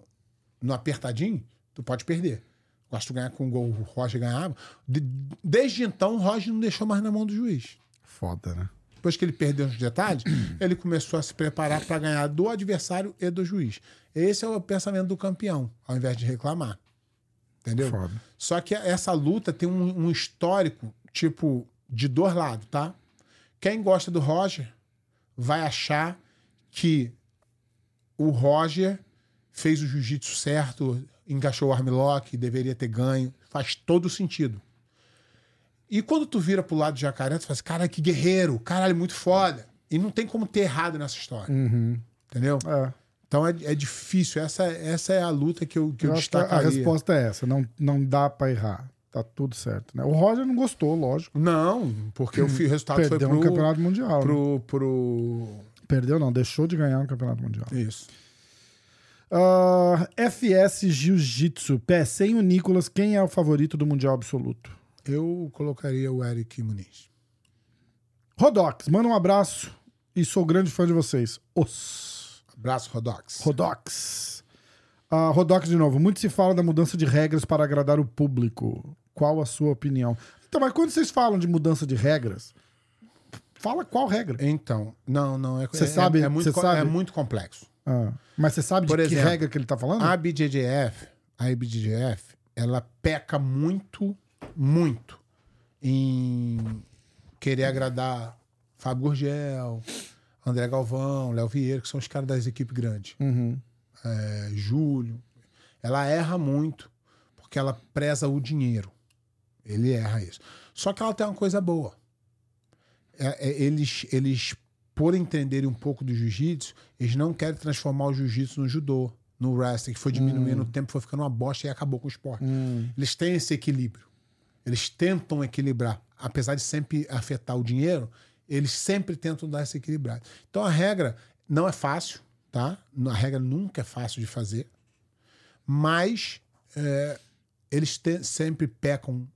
Speaker 1: no apertadinho, tu pode perder. Gosto de ganhar com um gol, o Roger ganhava. De- desde então, o Roger não deixou mais na mão do juiz.
Speaker 3: Foda, né?
Speaker 1: Depois que ele perdeu os detalhes, ele começou a se preparar para ganhar do adversário e do juiz. Esse é o pensamento do campeão, ao invés de reclamar. Entendeu?
Speaker 3: Foda.
Speaker 1: Só que essa luta tem um, um histórico, tipo, de dois lados, tá? Quem gosta do Roger vai achar que o Roger fez o jiu-jitsu certo, encaixou o armlock, deveria ter ganho. Faz todo sentido. E quando tu vira pro lado de jacaré, tu fala assim, caralho, é que guerreiro, caralho, muito foda. E não tem como ter errado nessa história,
Speaker 3: Uhum.
Speaker 1: entendeu?
Speaker 3: É.
Speaker 1: Então é, é difícil. Essa, essa é a luta que eu, que eu,
Speaker 3: Eu acho que a
Speaker 1: destacaria.
Speaker 3: resposta é essa. Não, não dá pra errar. Tá tudo certo, né? O Roger não gostou, lógico.
Speaker 1: Não, porque o fi- o resultado foi
Speaker 3: Perdeu
Speaker 1: pro,
Speaker 3: no Campeonato Mundial. né?
Speaker 1: pro, pro...
Speaker 3: Perdeu não, deixou de ganhar no Campeonato Mundial.
Speaker 1: Isso.
Speaker 3: Ah, FS Jiu-Jitsu. Pé, sem o Nicolas, quem é o favorito do Mundial Absoluto?
Speaker 1: Eu colocaria o Eric Muniz.
Speaker 3: Rodox, manda um abraço e sou grande fã de vocês. Os
Speaker 1: Abraço, Rodox.
Speaker 3: Rodox. Ah, Rodox de novo. Muito se fala da mudança de regras para agradar o público. Qual a sua opinião? Então, mas quando vocês falam de mudança de regras, fala qual regra.
Speaker 1: Então, não, não. É,
Speaker 3: Cê
Speaker 1: é-
Speaker 3: sabe-
Speaker 1: é muito,
Speaker 3: cê
Speaker 1: co-
Speaker 3: sabe?
Speaker 1: é muito complexo.
Speaker 3: Ah, mas você sabe
Speaker 1: Por
Speaker 3: de
Speaker 1: exemplo,
Speaker 3: que regra que ele tá falando?
Speaker 1: A BJJF, a IBJJF, ela peca muito, muito em querer agradar Fábio Gurgel, André Galvão, Léo Vieira, que são os caras das equipes grandes.
Speaker 3: Uhum.
Speaker 1: É, Júlio. Ela erra muito porque ela preza o dinheiro. Ele erra isso. Só que ela tem uma coisa boa. É- é- eles, eles, por entenderem um pouco do jiu-jitsu, eles não querem transformar o jiu-jitsu no judô, no wrestling, que foi diminuindo o tempo, foi ficando uma bosta e acabou com o esporte. Eles têm esse equilíbrio. Eles tentam equilibrar. Apesar de sempre afetar o dinheiro, eles sempre tentam dar esse equilibrado. Então a regra não é fácil, tá? A regra nunca é fácil de fazer. Mas é, eles te- sempre pecam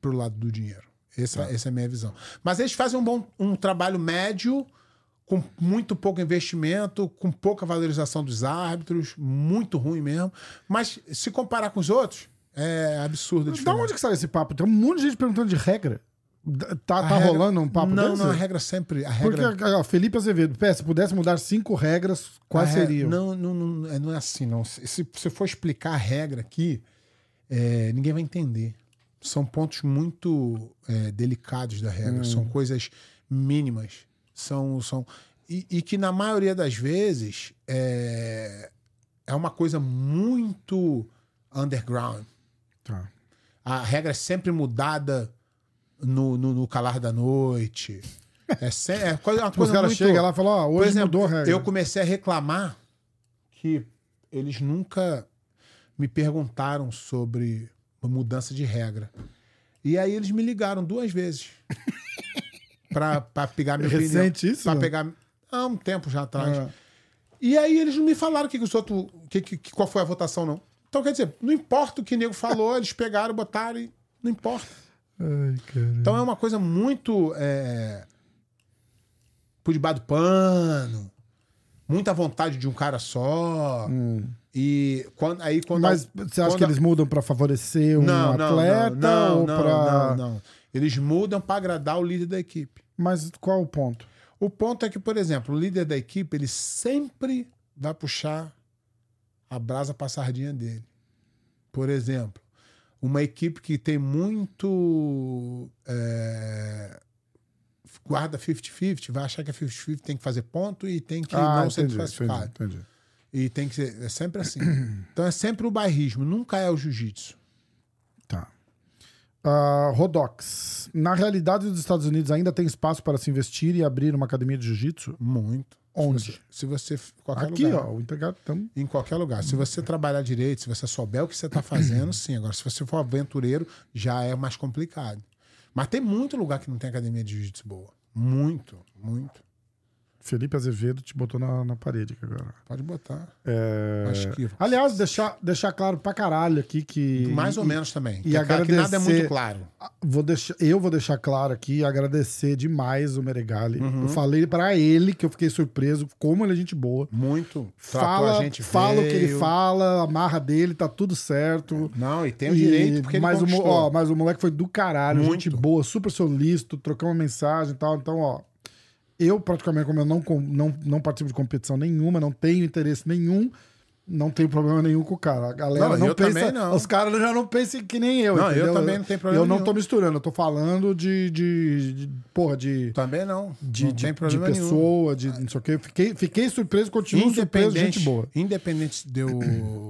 Speaker 1: pro lado do dinheiro. Essa, essa é a minha visão. Mas eles fazem um bom um trabalho médio, com muito pouco investimento, com pouca valorização dos árbitros, muito ruim mesmo. Mas se comparar com os outros, é absurdo. a
Speaker 3: Da
Speaker 1: diferença.
Speaker 3: onde que saiu esse papo? Tem um monte de gente perguntando de regra. Da- Tá,
Speaker 1: A
Speaker 3: tá
Speaker 1: regra-
Speaker 3: rolando um papo
Speaker 1: Não,
Speaker 3: desse?
Speaker 1: não, a regra sempre. A
Speaker 3: Porque,
Speaker 1: regra,
Speaker 3: ó, Felipe Azevedo, pé, se pudesse mudar cinco regras, quais
Speaker 1: a re-
Speaker 3: seriam?
Speaker 1: Não, não, não, é- não é assim, não. Se, se se eu for explicar a regra aqui, é, ninguém vai entender. São pontos muito é, delicados da regra, são coisas mínimas. São, são, e, e que na maioria das vezes é, é uma coisa muito underground.
Speaker 3: Tá.
Speaker 1: A regra é sempre mudada no, no, no calar da noite. É, se- é coisa- uma
Speaker 3: Os
Speaker 1: coisa
Speaker 3: caras
Speaker 1: muito...
Speaker 3: chegam lá e falam, ó,
Speaker 1: Por
Speaker 3: hoje
Speaker 1: exemplo,
Speaker 3: mudou a regra.
Speaker 1: eu comecei a reclamar que eles nunca me perguntaram sobre uma mudança de regra. E aí eles me ligaram duas
Speaker 3: *laughs*
Speaker 1: vezes pra, pra pegar minha
Speaker 3: Recente
Speaker 1: opinião.
Speaker 3: isso,
Speaker 1: Pra
Speaker 3: não?
Speaker 1: pegar... Há um tempo já atrás.
Speaker 3: Ah,
Speaker 1: E aí eles não me falaram o que, que os outros. Que, que- que- qual foi a votação, não. Então, quer dizer, não importa o que o nego falou, eles pegaram, botaram e. Não importa.
Speaker 3: Ai, cara.
Speaker 1: Então é uma coisa muito. É, por debaixo do pano. Muita vontade de um cara só. E quando, aí quando.
Speaker 3: Hum. Mas você acha
Speaker 1: quando-
Speaker 3: que eles mudam pra favorecer um
Speaker 1: não, não,
Speaker 3: atleta
Speaker 1: não, não,
Speaker 3: ou
Speaker 1: não,
Speaker 3: pra...
Speaker 1: não, não. Eles mudam para agradar o líder da equipe.
Speaker 3: Mas qual o ponto?
Speaker 1: O ponto é que, por exemplo, o líder da equipe, ele sempre vai puxar a brasa pra sardinha dele. Por exemplo, uma equipe que tem muito é, guarda 50-50, vai achar que a 50-50 tem que fazer ponto e tem que não ser desclassificado.
Speaker 3: Ah, entendi.
Speaker 1: E tem que ser. É sempre assim. Então é sempre o bairrismo, nunca é o jiu-jitsu.
Speaker 3: Tá. Ah, Rodox. Na realidade dos Estados Unidos ainda tem espaço para se investir e abrir uma academia de jiu-jitsu?
Speaker 1: Muito.
Speaker 3: Onde?
Speaker 1: Se você. se você- qualquer
Speaker 3: Aqui,
Speaker 1: lugar.
Speaker 3: ó. O integrado... Então,
Speaker 1: Em qualquer lugar. Se você trabalhar direito, se você souber o que você está fazendo, sim. Agora, se você for aventureiro, já é mais complicado. Mas tem muito lugar que não tem academia de jiu-jitsu boa. Muito, muito.
Speaker 3: Felipe Azevedo te botou na, na parede aqui agora.
Speaker 1: Pode botar.
Speaker 3: É...
Speaker 1: Acho que.
Speaker 3: Aliás, deixar, deixar claro pra caralho aqui que.
Speaker 1: Mais ou
Speaker 3: e-
Speaker 1: menos também.
Speaker 3: e
Speaker 1: E agora que nada é
Speaker 3: agradecer-
Speaker 1: muito claro.
Speaker 3: Vou deixar, eu vou deixar claro aqui e agradecer demais o Meregali. Eu falei pra ele que eu fiquei surpreso, como ele é gente boa.
Speaker 1: Muito. Tratou
Speaker 3: Fala,
Speaker 1: a gente
Speaker 3: fala o que ele
Speaker 1: feio.
Speaker 3: fala, a marra dele, tá tudo certo.
Speaker 1: Não, e tem o
Speaker 3: E-
Speaker 1: direito, porque
Speaker 3: mas,
Speaker 1: ele
Speaker 3: o, mo-
Speaker 1: conquistou.
Speaker 3: ó, mas o moleque foi do caralho,
Speaker 1: Muito.
Speaker 3: gente boa, super solícito, trocou uma mensagem e tal. Então, ó, eu praticamente, como eu não, com- não, não participo de competição nenhuma, não tenho interesse nenhum, não tenho problema nenhum com o cara. A galera
Speaker 1: Não,
Speaker 3: não,
Speaker 1: eu
Speaker 3: pensa.
Speaker 1: também não.
Speaker 3: Os caras já não pensam que nem eu.
Speaker 1: Não, eu
Speaker 3: entendeu?
Speaker 1: também não tenho problema
Speaker 3: Eu não tô
Speaker 1: nenhum.
Speaker 3: misturando, eu tô falando de. de, de- porra, de.
Speaker 1: Também não.
Speaker 3: De,
Speaker 1: não
Speaker 3: de-
Speaker 1: tem
Speaker 3: de
Speaker 1: problema nenhum.
Speaker 3: pessoa, de não sei o quê. Fiquei, fiquei surpreso, continuo um surpreso, gente boa.
Speaker 1: Independente de eu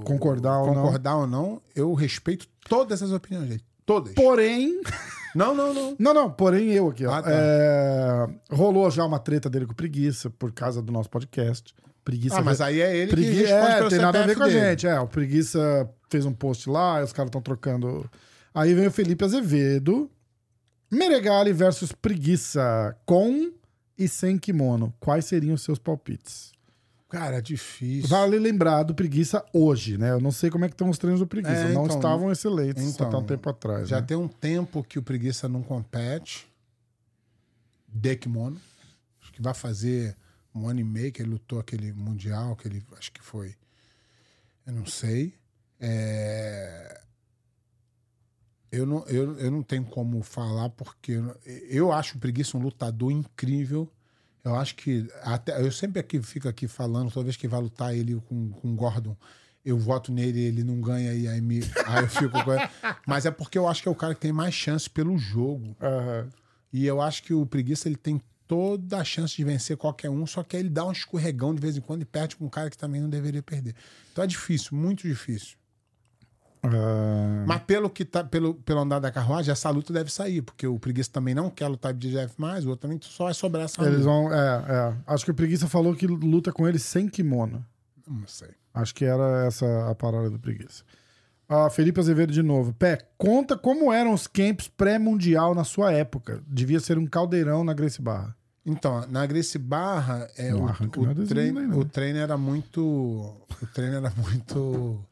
Speaker 3: Concordar ou não.
Speaker 1: concordar ou não, eu respeito todas as opiniões dele. Todas.
Speaker 3: Porém,
Speaker 1: Não, não, não.
Speaker 3: Não, não, porém eu aqui, ó.
Speaker 1: Ah, tá.
Speaker 3: É, rolou já uma treta dele com preguiça por causa do nosso podcast. preguiça.
Speaker 1: Ah, mas aí é ele que
Speaker 3: preguiça
Speaker 1: responde
Speaker 3: é,
Speaker 1: pelo
Speaker 3: tem nada a ver
Speaker 1: CPF
Speaker 3: com a
Speaker 1: dele.
Speaker 3: gente. É, o preguiça fez um post lá, os caras estão trocando. Aí vem o Felipe Azevedo. Meregali versus preguiça com e sem kimono. Quais seriam os seus palpites?
Speaker 1: Cara, é difícil.
Speaker 3: Vale lembrar do Preguiça hoje, né? Eu não sei como é que estão os treinos do Preguiça.
Speaker 1: É,
Speaker 3: não
Speaker 1: então,
Speaker 3: estavam excelentes
Speaker 1: então,
Speaker 3: até um tempo atrás.
Speaker 1: Já
Speaker 3: né?
Speaker 1: tem um tempo que o Preguiça não compete. De kimono. Acho que vai fazer um ano e meio que ele lutou aquele mundial, que ele acho que foi. Eu não sei. É, Eu, não, eu, eu não tenho como falar, porque eu, eu acho o Preguiça um lutador incrível. Eu acho que. Até, eu sempre aqui, fico aqui falando, toda vez que vai lutar ele com, com o Gordon, eu voto nele, ele não ganha e aí, me, *laughs* aí eu fico. com ele. Mas é porque eu acho que é o cara que tem mais chance pelo jogo.
Speaker 3: Aham.
Speaker 1: E eu acho que o Preguiça ele tem toda a chance de vencer qualquer um, só que aí ele dá um escorregão de vez em quando e perde com um cara que também não deveria perder. Então é difícil, muito difícil.
Speaker 3: Ah,
Speaker 1: Mas pelo que tá, pelo, pelo andar da carruagem, essa luta deve sair, porque o Preguiça também não quer lutar BJJF mais, o outro também só vai sobrar essa luta.
Speaker 3: eles vão. É, é. Acho que o Preguiça falou que luta com ele sem kimono.
Speaker 1: Não sei.
Speaker 3: Acho que era essa a parada do Preguiça. Ah, Felipe Azevedo de novo. Pé, conta como eram os camps pré-mundial na sua época. Devia ser um caldeirão na Grace Barra.
Speaker 1: Então, na Grace Barra, é,
Speaker 3: Não
Speaker 1: o,
Speaker 3: arranca
Speaker 1: o
Speaker 3: nada desse
Speaker 1: treino,
Speaker 3: menino aí, não. né?
Speaker 1: o treino era muito. O treino era muito.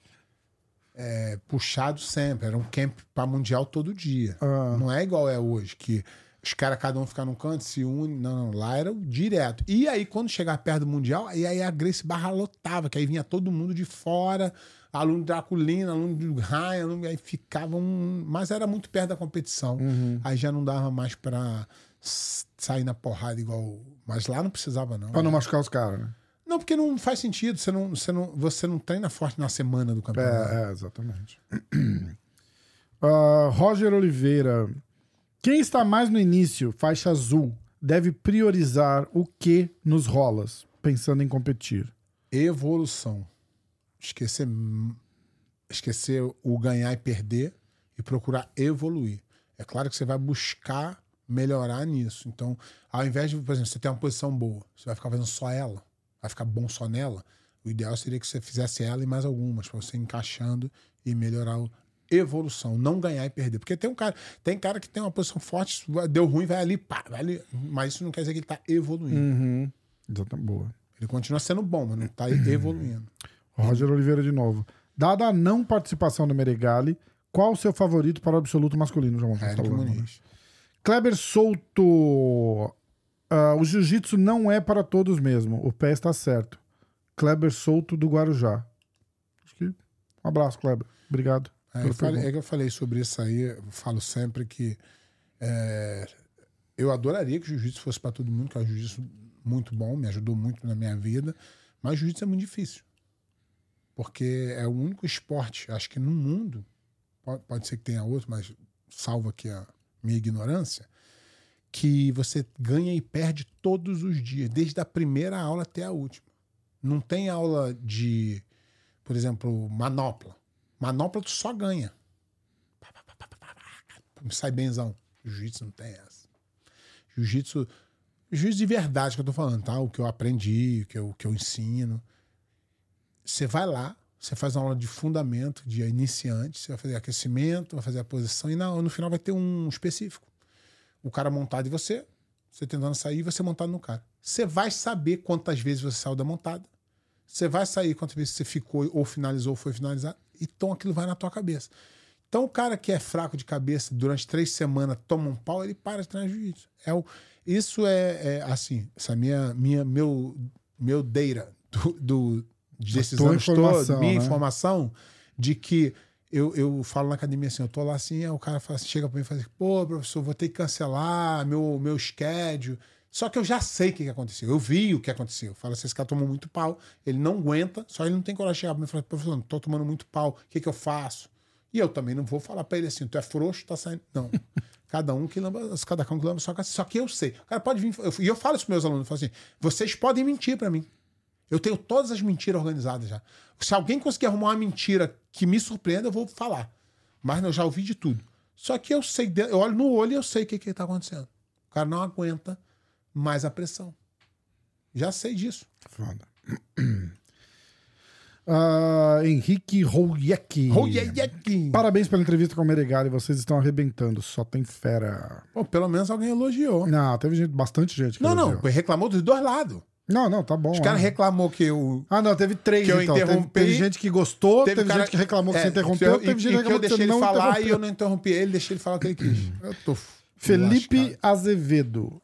Speaker 1: é, puxado sempre. Era um camp pra mundial todo dia.
Speaker 3: Ah.
Speaker 1: Não é igual é hoje, que os caras, cada um fica num canto, se une. Não, não, lá era o direto. E aí, quando chegar perto do Mundial, aí, aí a Grace Barra lotava, que aí vinha todo mundo de fora, aluno de Draculina, aluno do Ryan, aluno- aí ficava um. Mas era muito perto da competição. Aí já não dava mais pra s- sair na porrada igual. Mas lá não precisava, não.
Speaker 3: Pra não machucar os caras, né?
Speaker 1: Não, porque não faz sentido. Você não, você não, você não treina forte na semana do campeonato.
Speaker 3: É, é, exatamente. *clears throat* Ah, Roger Oliveira. Quem está mais no início, faixa azul, deve priorizar o que nos rolas, pensando em competir.
Speaker 1: evolução. Esquecer, esquecer o ganhar e perder e procurar evoluir. É claro que você vai buscar melhorar nisso. Então, ao invés de, por exemplo, você ter uma posição boa, você vai ficar fazendo só ela, vai ficar bom só nela. O ideal seria que você fizesse ela e mais algumas, para você ir encaixando e melhorar o evolução, não ganhar e perder. Porque tem um cara, tem cara que tem uma posição forte, deu ruim, vai ali, pá, vai ali, mas isso não quer dizer que ele tá evoluindo.
Speaker 3: Uhum. Exatamente. Boa.
Speaker 1: Ele continua sendo bom, mas não tá evoluindo.
Speaker 3: Roger Oliveira de novo. Dada a não participação do Meregali, qual o seu favorito para o absoluto masculino, João? Tá
Speaker 1: Eric Muniz.
Speaker 3: Kleber Souto. Ah, o jiu-jitsu não é para todos mesmo. O pé está certo. Kleber Souto do Guarujá. Acho que. Um abraço, Kleber. Obrigado.
Speaker 1: É,
Speaker 3: pela
Speaker 1: eu falei-
Speaker 3: pergunta.
Speaker 1: é que eu falei sobre isso aí, eu falo sempre que é, eu adoraria que o jiu-jitsu fosse para todo mundo, que é um jiu-jitsu muito bom, me ajudou muito na minha vida, mas o jiu-jitsu é muito difícil. Porque é o único esporte, acho que no mundo, pode, pode ser que tenha outro, mas salvo aqui a minha ignorância, que você ganha e perde todos os dias, desde a primeira aula até a última. Não tem aula de, por exemplo, manopla. Manopla tu só ganha. Pá, pá, pá, pá, pá, pá, pá. Pô, Sai benzão. Jiu-jitsu não tem essa. Jiu-jitsu. Jiu-jitsu de verdade que eu tô falando, tá? O que eu aprendi, o que eu, o que eu ensino. Você vai lá, você faz uma aula de fundamento, de iniciante, você vai fazer aquecimento, vai fazer a posição, e na- no final vai ter um específico. O cara montado e você, você tentando sair e você montado no cara. Você vai saber quantas vezes você saiu da montada. Você vai sair quantas vezes você ficou ou finalizou ou foi finalizado. Então aquilo vai na tua cabeça. Então o cara que é fraco de cabeça durante três semanas toma um pau, ele para de treinar jiu-jitsu. É o- isso é, é, assim, essa minha, minha meu, meu deira do, do, desses
Speaker 3: tua
Speaker 1: anos todos,
Speaker 3: informação,
Speaker 1: minha
Speaker 3: né?
Speaker 1: informação de que eu, eu falo na academia assim, eu tô lá assim, aí o cara fala assim, chega pra mim e fala assim, pô, professor, vou ter que cancelar meu, meu schedule. Só que eu já sei o que, que aconteceu. Eu vi o que aconteceu. Fala assim, esse cara tomou muito pau, ele não aguenta, só ele não tem coragem de chegar pra mim e falar, professor, não tô tomando muito pau, o que, que eu faço? E eu também não vou falar pra ele assim, tu é frouxo, tá saindo. Não. Cada um que lamba, cada um que lamba só, só que eu sei. O cara pode vir. eu- e eu falo isso pros meus alunos, eu falo assim, vocês podem mentir pra mim. Eu tenho todas as mentiras organizadas já. Se alguém conseguir arrumar uma mentira que me surpreenda, eu vou falar. Mas eu já ouvi de tudo. Só que eu sei, de- eu olho no olho e eu sei o que está acontecendo. O cara não aguenta mais a pressão. Já sei disso.
Speaker 3: Foda. *clears throat* Ah, Henrique Rouyek.
Speaker 1: Royekin.
Speaker 3: Parabéns pela entrevista com o Meregali. Vocês estão arrebentando. Só tem fera.
Speaker 1: Pô, pelo menos alguém elogiou.
Speaker 3: Não, teve gente, bastante gente. que
Speaker 1: Não, não,
Speaker 3: elogiou.
Speaker 1: reclamou dos dois lados.
Speaker 3: Não, não, tá bom.
Speaker 1: Os caras
Speaker 3: né?
Speaker 1: reclamou que o
Speaker 3: Ah, não, teve três,
Speaker 1: Que eu
Speaker 3: então. Teve-
Speaker 1: interrompi.
Speaker 3: Teve, gente que gostou, teve,
Speaker 1: cara-
Speaker 3: gente que reclamou que
Speaker 1: É,
Speaker 3: você interrompeu,
Speaker 1: eu-
Speaker 3: teve
Speaker 1: e-
Speaker 3: gente
Speaker 1: e
Speaker 3: que
Speaker 1: que eu
Speaker 3: reclamou que
Speaker 1: deixei
Speaker 3: você
Speaker 1: ele
Speaker 3: não
Speaker 1: falar e eu
Speaker 3: interrompeu. Hum.
Speaker 1: não interrompi ele, deixei ele falar o que ele quis. Eu tô f-
Speaker 3: Felipe
Speaker 1: lascado.
Speaker 3: Azevedo.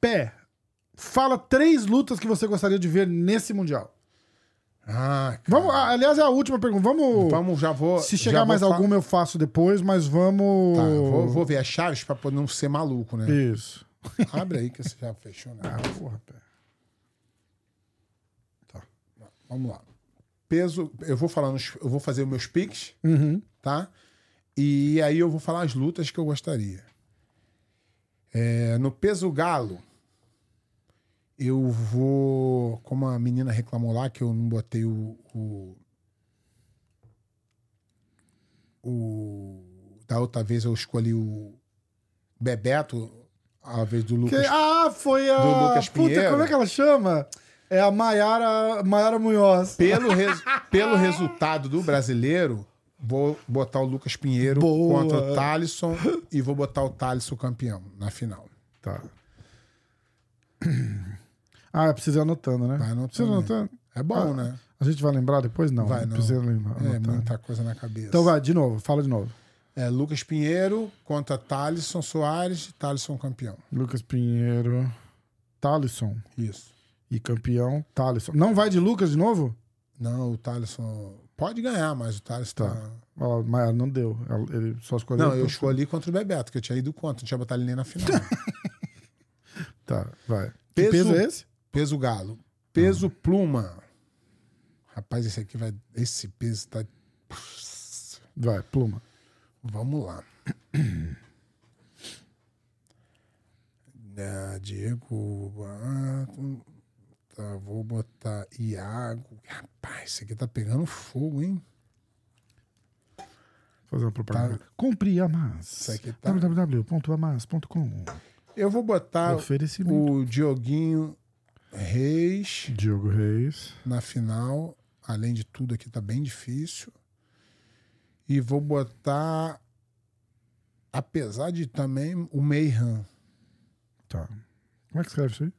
Speaker 3: Pé. Fala três lutas que você gostaria de ver nesse Mundial.
Speaker 1: Ah, cara.
Speaker 3: Vamos, ah, aliás, é a última pergunta. Vamos.
Speaker 1: Vamos, já vou.
Speaker 3: se
Speaker 1: já
Speaker 3: chegar
Speaker 1: vou
Speaker 3: mais
Speaker 1: fa-
Speaker 3: alguma, eu faço depois, mas vamos.
Speaker 1: Tá, vou, vou ver as chaves pra poder não ser maluco, né?
Speaker 3: Isso.
Speaker 1: Abre aí que você já fechou, né?
Speaker 3: Ah, porra, pé.
Speaker 1: Vamos lá. Peso, eu vou falando, os- eu vou fazer os meus piques,
Speaker 3: Uhum.
Speaker 1: tá? E aí eu vou falar as lutas que eu gostaria. É, no peso galo, eu vou. Como a menina reclamou lá que eu não botei o. o, o- da outra vez eu escolhi o Bebeto, a vez do
Speaker 3: Que-
Speaker 1: Lucas.
Speaker 3: ah, foi a.
Speaker 1: Do Lucas
Speaker 3: Puta,
Speaker 1: Pinheiro.
Speaker 3: como é que ela chama? É a Maiara, Maiara Munhoz.
Speaker 1: Pelo,
Speaker 3: *laughs*
Speaker 1: res-
Speaker 3: Ah.
Speaker 1: pelo resultado do brasileiro, vou botar o Lucas Pinheiro
Speaker 3: Boa.
Speaker 1: contra o Thalisson e vou botar o Thalisson campeão na final.
Speaker 3: Tá. *clears throat* Ah, eu preciso ir anotando, né?
Speaker 1: Vai anotando,
Speaker 3: Precisa
Speaker 1: né?
Speaker 3: anotando.
Speaker 1: É bom,
Speaker 3: Ah,
Speaker 1: né?
Speaker 3: A gente vai lembrar depois? Não.
Speaker 1: Vai,
Speaker 3: né?
Speaker 1: não.
Speaker 3: Precisa lembrar.
Speaker 1: É
Speaker 3: anotar.
Speaker 1: muita coisa na cabeça.
Speaker 3: Então vai, de novo, fala de novo.
Speaker 1: É, Lucas Pinheiro contra Thalisson Soares, Thalisson campeão.
Speaker 3: Lucas Pinheiro, Talisson
Speaker 1: Isso.
Speaker 3: e campeão Talisson. Não vai de Lucas de novo?
Speaker 1: Não, o Thalisson pode ganhar, mas o Thalisson
Speaker 3: Tá.
Speaker 1: tá.
Speaker 3: Ó, Maiara não deu. Ela- Ele só escolheu.
Speaker 1: Não, eu escolhi contra o Bebeto, que eu tinha ido contra, não tinha botado ele nem na final.
Speaker 3: *laughs* Tá, vai. Que
Speaker 1: Peso-
Speaker 3: peso é esse?
Speaker 1: peso galo. Peso pluma. Rapaz, esse aqui vai. Esse peso tá.
Speaker 3: Vai, pluma.
Speaker 1: Vamos lá. *clears throat* Ah, Diego. ah, tá, vou botar Iago. Rapaz, esse aqui tá pegando fogo, hein?
Speaker 3: Fazer uma propaganda. Compre a Mas.
Speaker 1: Tá. Isso aqui tá-
Speaker 3: www.amas.com.
Speaker 1: Eu vou botar
Speaker 3: Oferecimento.
Speaker 1: Ah, o Dioguinho Reis
Speaker 3: Diogo Reis.
Speaker 1: na final. Além de tudo, aqui tá bem difícil. E vou botar. Apesar de também o Meihan.
Speaker 3: Tá. Como é que escreve isso aí?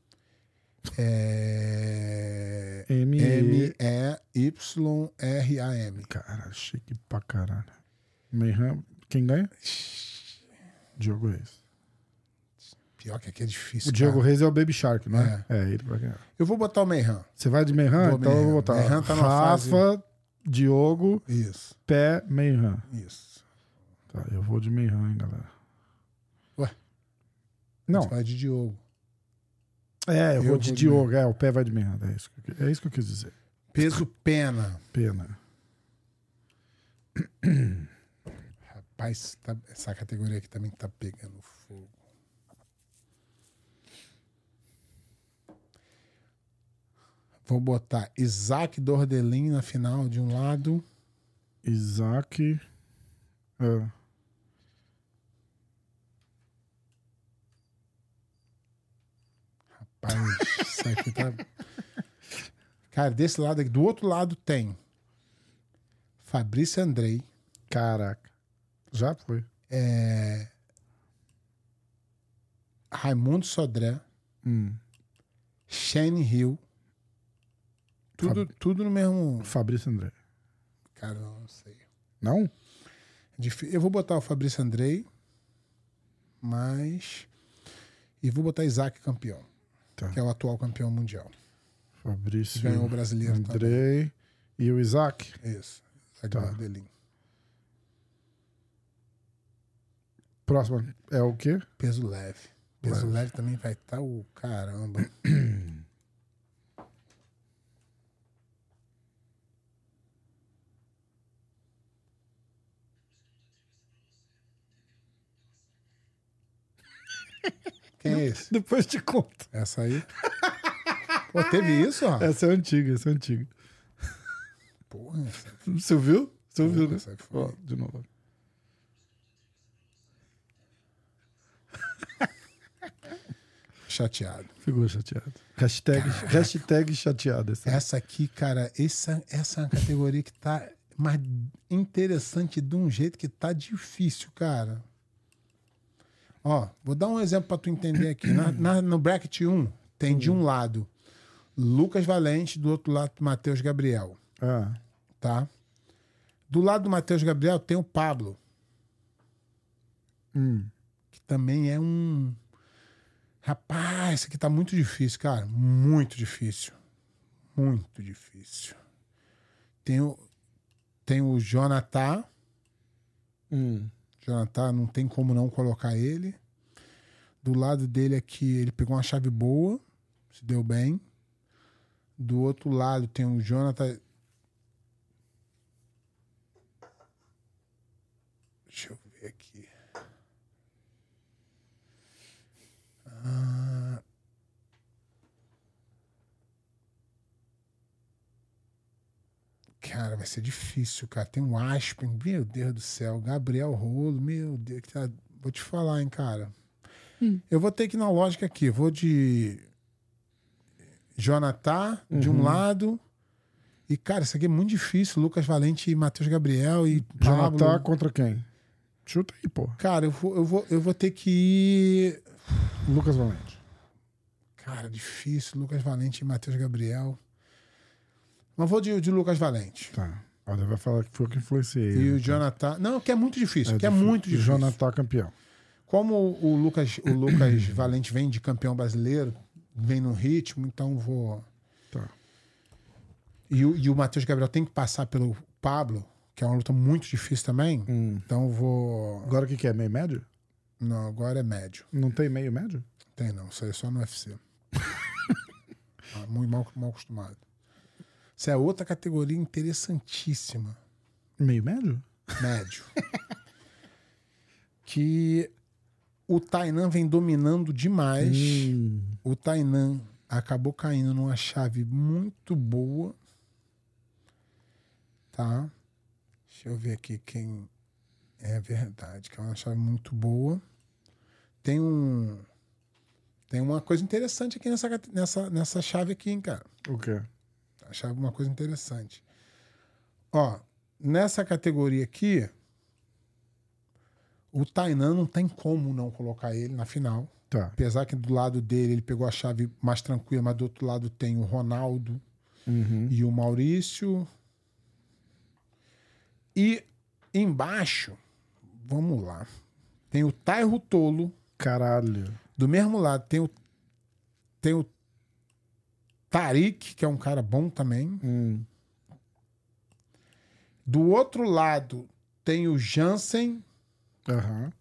Speaker 1: É.
Speaker 3: M. M.
Speaker 1: M-E-Y-R-A-M.
Speaker 3: Cara, chique pra caralho. Mayhem, quem ganha? Diogo Reis.
Speaker 1: Pior que aqui é difícil.
Speaker 3: O Diogo
Speaker 1: cara.
Speaker 3: Reis é o Baby Shark, não é? É, ele vai ganhar.
Speaker 1: Eu vou botar o Meihan.
Speaker 3: Você vai de Mayhem?
Speaker 1: Vou
Speaker 3: Então eu vou
Speaker 1: Mayhem.
Speaker 3: botar.
Speaker 1: Mayhem tá numa
Speaker 3: Rafa, Diogo,
Speaker 1: Isso,
Speaker 3: Pé, Mayhem.
Speaker 1: isso.
Speaker 3: Tá, eu vou de Mayhem, hein, galera.
Speaker 1: Ué?
Speaker 3: Não,
Speaker 1: Você vai de Diogo.
Speaker 3: é, eu,
Speaker 1: Eu
Speaker 3: vou de
Speaker 1: vou de
Speaker 3: Diogo. É, o pé vai de Mayhem. É isso, que, eu- é isso que eu quis dizer.
Speaker 1: Peso pena.
Speaker 3: Pena.
Speaker 1: Rapaz, tá- essa categoria aqui também tá pegando fogo. Vou botar Isaac Dordelin na final de um lado.
Speaker 3: Isaac. é.
Speaker 1: Rapaz, isso aqui *laughs* tá. Cara, desse lado aqui, do outro lado tem Fabrício Andrei.
Speaker 3: Caraca. Já foi.
Speaker 1: é, Raimundo Sodré,
Speaker 3: Hum.
Speaker 1: Shane Hill. Tudo, tudo no mesmo.
Speaker 3: Fabrício André.
Speaker 1: Cara, eu não sei.
Speaker 3: Não?
Speaker 1: Difí- Eu vou botar o Fabrício Andrei, mas. E vou botar Isaac campeão,
Speaker 3: Tá.
Speaker 1: que é o atual campeão mundial.
Speaker 3: Fabrício.
Speaker 1: Ganhou o
Speaker 3: tá
Speaker 1: brasileiro também.
Speaker 3: Andrei e o Isaac.
Speaker 1: Isso. Isaac
Speaker 3: Tá.
Speaker 1: Bordelin.
Speaker 3: Próximo é o quê?
Speaker 1: Peso leve. Peso leve, também vai estar o
Speaker 3: *coughs*
Speaker 1: caramba. Quem é esse?
Speaker 3: *laughs* Depois te conto.
Speaker 1: Essa aí? Pô, teve isso, ó.
Speaker 3: Essa é antiga, essa é antiga.
Speaker 1: Porra, essa
Speaker 3: Você ouviu? Você ouviu, né?
Speaker 1: Essa foi.
Speaker 3: Ó, de novo.
Speaker 1: chateado.
Speaker 3: Ficou chateado. *laughs* É. Hashtag, hashtag chateado. essa.
Speaker 1: Essa aqui, cara, essa, essa é uma categoria que tá mais interessante de um jeito que tá difícil, cara. Ó, vou dar um exemplo pra tu entender aqui. Na, na- no bracket 1, tem de um lado Lucas Valente, do outro lado Matheus Gabriel,
Speaker 3: Ah,
Speaker 1: tá? Do lado do Matheus Gabriel tem o Pablo,
Speaker 3: hum.
Speaker 1: que também é um. Rapaz, isso aqui tá muito difícil, cara. Muito difícil. Muito difícil. Tem o, tem o Jonathan.
Speaker 3: Hum.
Speaker 1: Jonathan, não tem como não colocar ele. Do lado dele aqui, ele pegou uma chave boa, se deu bem. Do outro lado tem o Jonathan. Deixa eu ver aqui. Ah. Cara, vai ser difícil, cara. Tem um Aspen, meu Deus do céu. Gabriel Rolo, meu Deus. que tá- Vou te falar, hein, cara. Eu vou ter que ir na lógica aqui. Vou de Jonathan, de um lado. E, cara, isso aqui é muito difícil. Lucas Valente e Matheus Gabriel e Pablo.
Speaker 3: Jonathan contra quem? Chuta aí, pô.
Speaker 1: Cara, eu vou, eu, vou, eu vou ter que ir.
Speaker 3: Lucas Valente.
Speaker 1: Cara, difícil. Lucas Valente e Matheus Gabriel. Mas vou de, de Lucas Valente.
Speaker 3: Tá. Olha, vai falar que foi eu que influenciei.
Speaker 1: E
Speaker 3: né?
Speaker 1: o Jonathan. Não, que é muito difícil. que é
Speaker 3: difícil.
Speaker 1: muito
Speaker 3: E
Speaker 1: difícil.
Speaker 3: Jonathan campeão.
Speaker 1: Como o Lucas, o Lucas *coughs* Valente vem de campeão brasileiro, vem no ritmo, então vou.
Speaker 3: Tá.
Speaker 1: E o, e o Matheus Gabriel tem que passar pelo Pablo, que é uma luta muito difícil também.
Speaker 3: Hum.
Speaker 1: Então vou.
Speaker 3: Agora o que, que é? Meio médio?
Speaker 1: Não, agora é médio.
Speaker 3: Não tem meio médio?
Speaker 1: Tem não, isso aí é só no UFC. Ah, muito mal, mal acostumado. Isso é outra categoria interessantíssima.
Speaker 3: Meio médio?
Speaker 1: médio. que o Tainan vem dominando demais. O Tainan acabou caindo numa chave muito boa. Tá? Deixa eu ver aqui quem é verdade, que é uma chave muito boa. Tem um tem uma coisa interessante aqui nessa cate- nessa nessa chave aqui, hein, cara
Speaker 3: O quê?
Speaker 1: achava uma coisa interessante. Ó, nessa categoria aqui, o Tainan não tem como não colocar ele na final.
Speaker 3: Tá.
Speaker 1: Apesar que do lado dele ele pegou a chave mais tranquila, mas do outro lado tem o Ronaldo
Speaker 3: Uhum.
Speaker 1: e o Maurício. E embaixo, vamos lá, tem o Tairo Tolo.
Speaker 3: Caralho.
Speaker 1: Do mesmo lado tem o tem o Tarik, que é um cara bom também.
Speaker 3: Hum.
Speaker 1: Do outro lado tem o Jansen,
Speaker 3: Aham.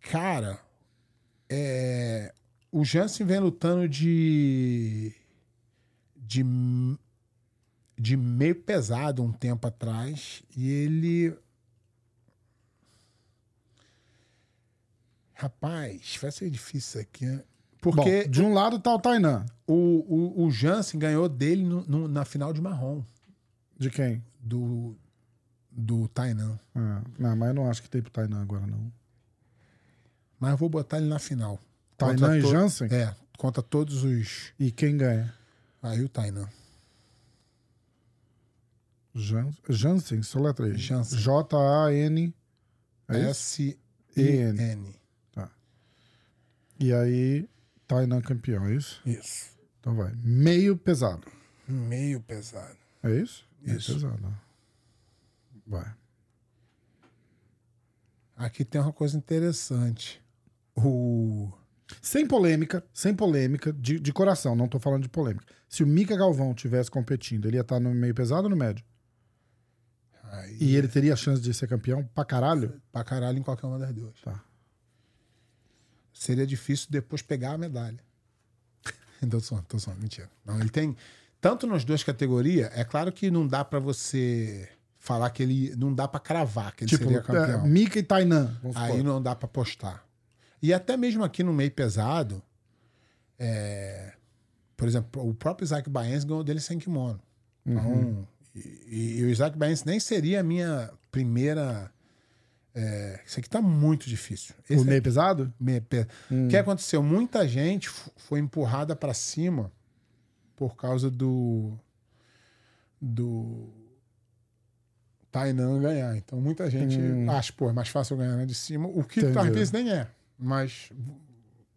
Speaker 1: cara. é, o Jansen vem lutando de de de meio pesado um tempo atrás e ele Rapaz, vai ser difícil isso aqui, né? Porque
Speaker 3: Bom, de um lado tá o Tainan.
Speaker 1: O, o, o Jansen ganhou dele no- no- na final de marrom
Speaker 3: De quem?
Speaker 1: do, do Tainan.
Speaker 3: Ah, não, mas eu não acho que tem pro Tainan agora, não.
Speaker 1: Mas eu vou botar ele na final.
Speaker 3: Tainan
Speaker 1: Contra
Speaker 3: e
Speaker 1: to-
Speaker 3: Jansen?
Speaker 1: É, contra todos os. Ah,
Speaker 3: E quem ganha?
Speaker 1: Aí o Tainan.
Speaker 3: Jan- Jansen, só letra aí.
Speaker 1: Jansen.
Speaker 3: J-A-N. É isso?
Speaker 1: S-I-N.
Speaker 3: E aí, Tainan campeão, é isso?
Speaker 1: Isso.
Speaker 3: Então vai. Meio pesado.
Speaker 1: Meio pesado.
Speaker 3: É isso? Meio
Speaker 1: Isso.
Speaker 3: pesado. ó. Vai.
Speaker 1: Aqui tem uma coisa interessante. O.
Speaker 3: Sem polêmica, sem polêmica, de, de coração, não tô falando de polêmica. Se o Mika Galvão tivesse competindo, ele ia estar no meio pesado ou no médio?
Speaker 1: Aí,
Speaker 3: E ele teria a chance de ser campeão pra caralho?
Speaker 1: Pra caralho em qualquer uma das duas.
Speaker 3: Tá.
Speaker 1: Seria difícil depois pegar a medalha. *laughs* Tô zoando, tô zoando, mentira. Não, ele tem. Tanto nas duas categorias, é claro que não dá pra você falar que ele. Não dá pra cravar que ele
Speaker 3: Tipo,
Speaker 1: seria
Speaker 3: é,
Speaker 1: campeão.
Speaker 3: Mika e Tainan. vamos supor.
Speaker 1: Aí não dá pra postar. E até mesmo aqui no meio pesado, é, por exemplo, o próprio Isaac Baense ganhou dele sem kimono. Então, e, e- e o Isaac Baense nem seria a minha primeira é, isso aqui tá muito difícil.
Speaker 3: O
Speaker 1: Esse é-
Speaker 3: meio pesado?
Speaker 1: meio pe- O que aconteceu? Muita gente f- foi empurrada para cima por causa do. do. Tainan ganhar. Então muita gente acha, pô, é mais fácil eu ganhar lá de cima, o que
Speaker 3: Entendeu.
Speaker 1: às vezes nem é, mas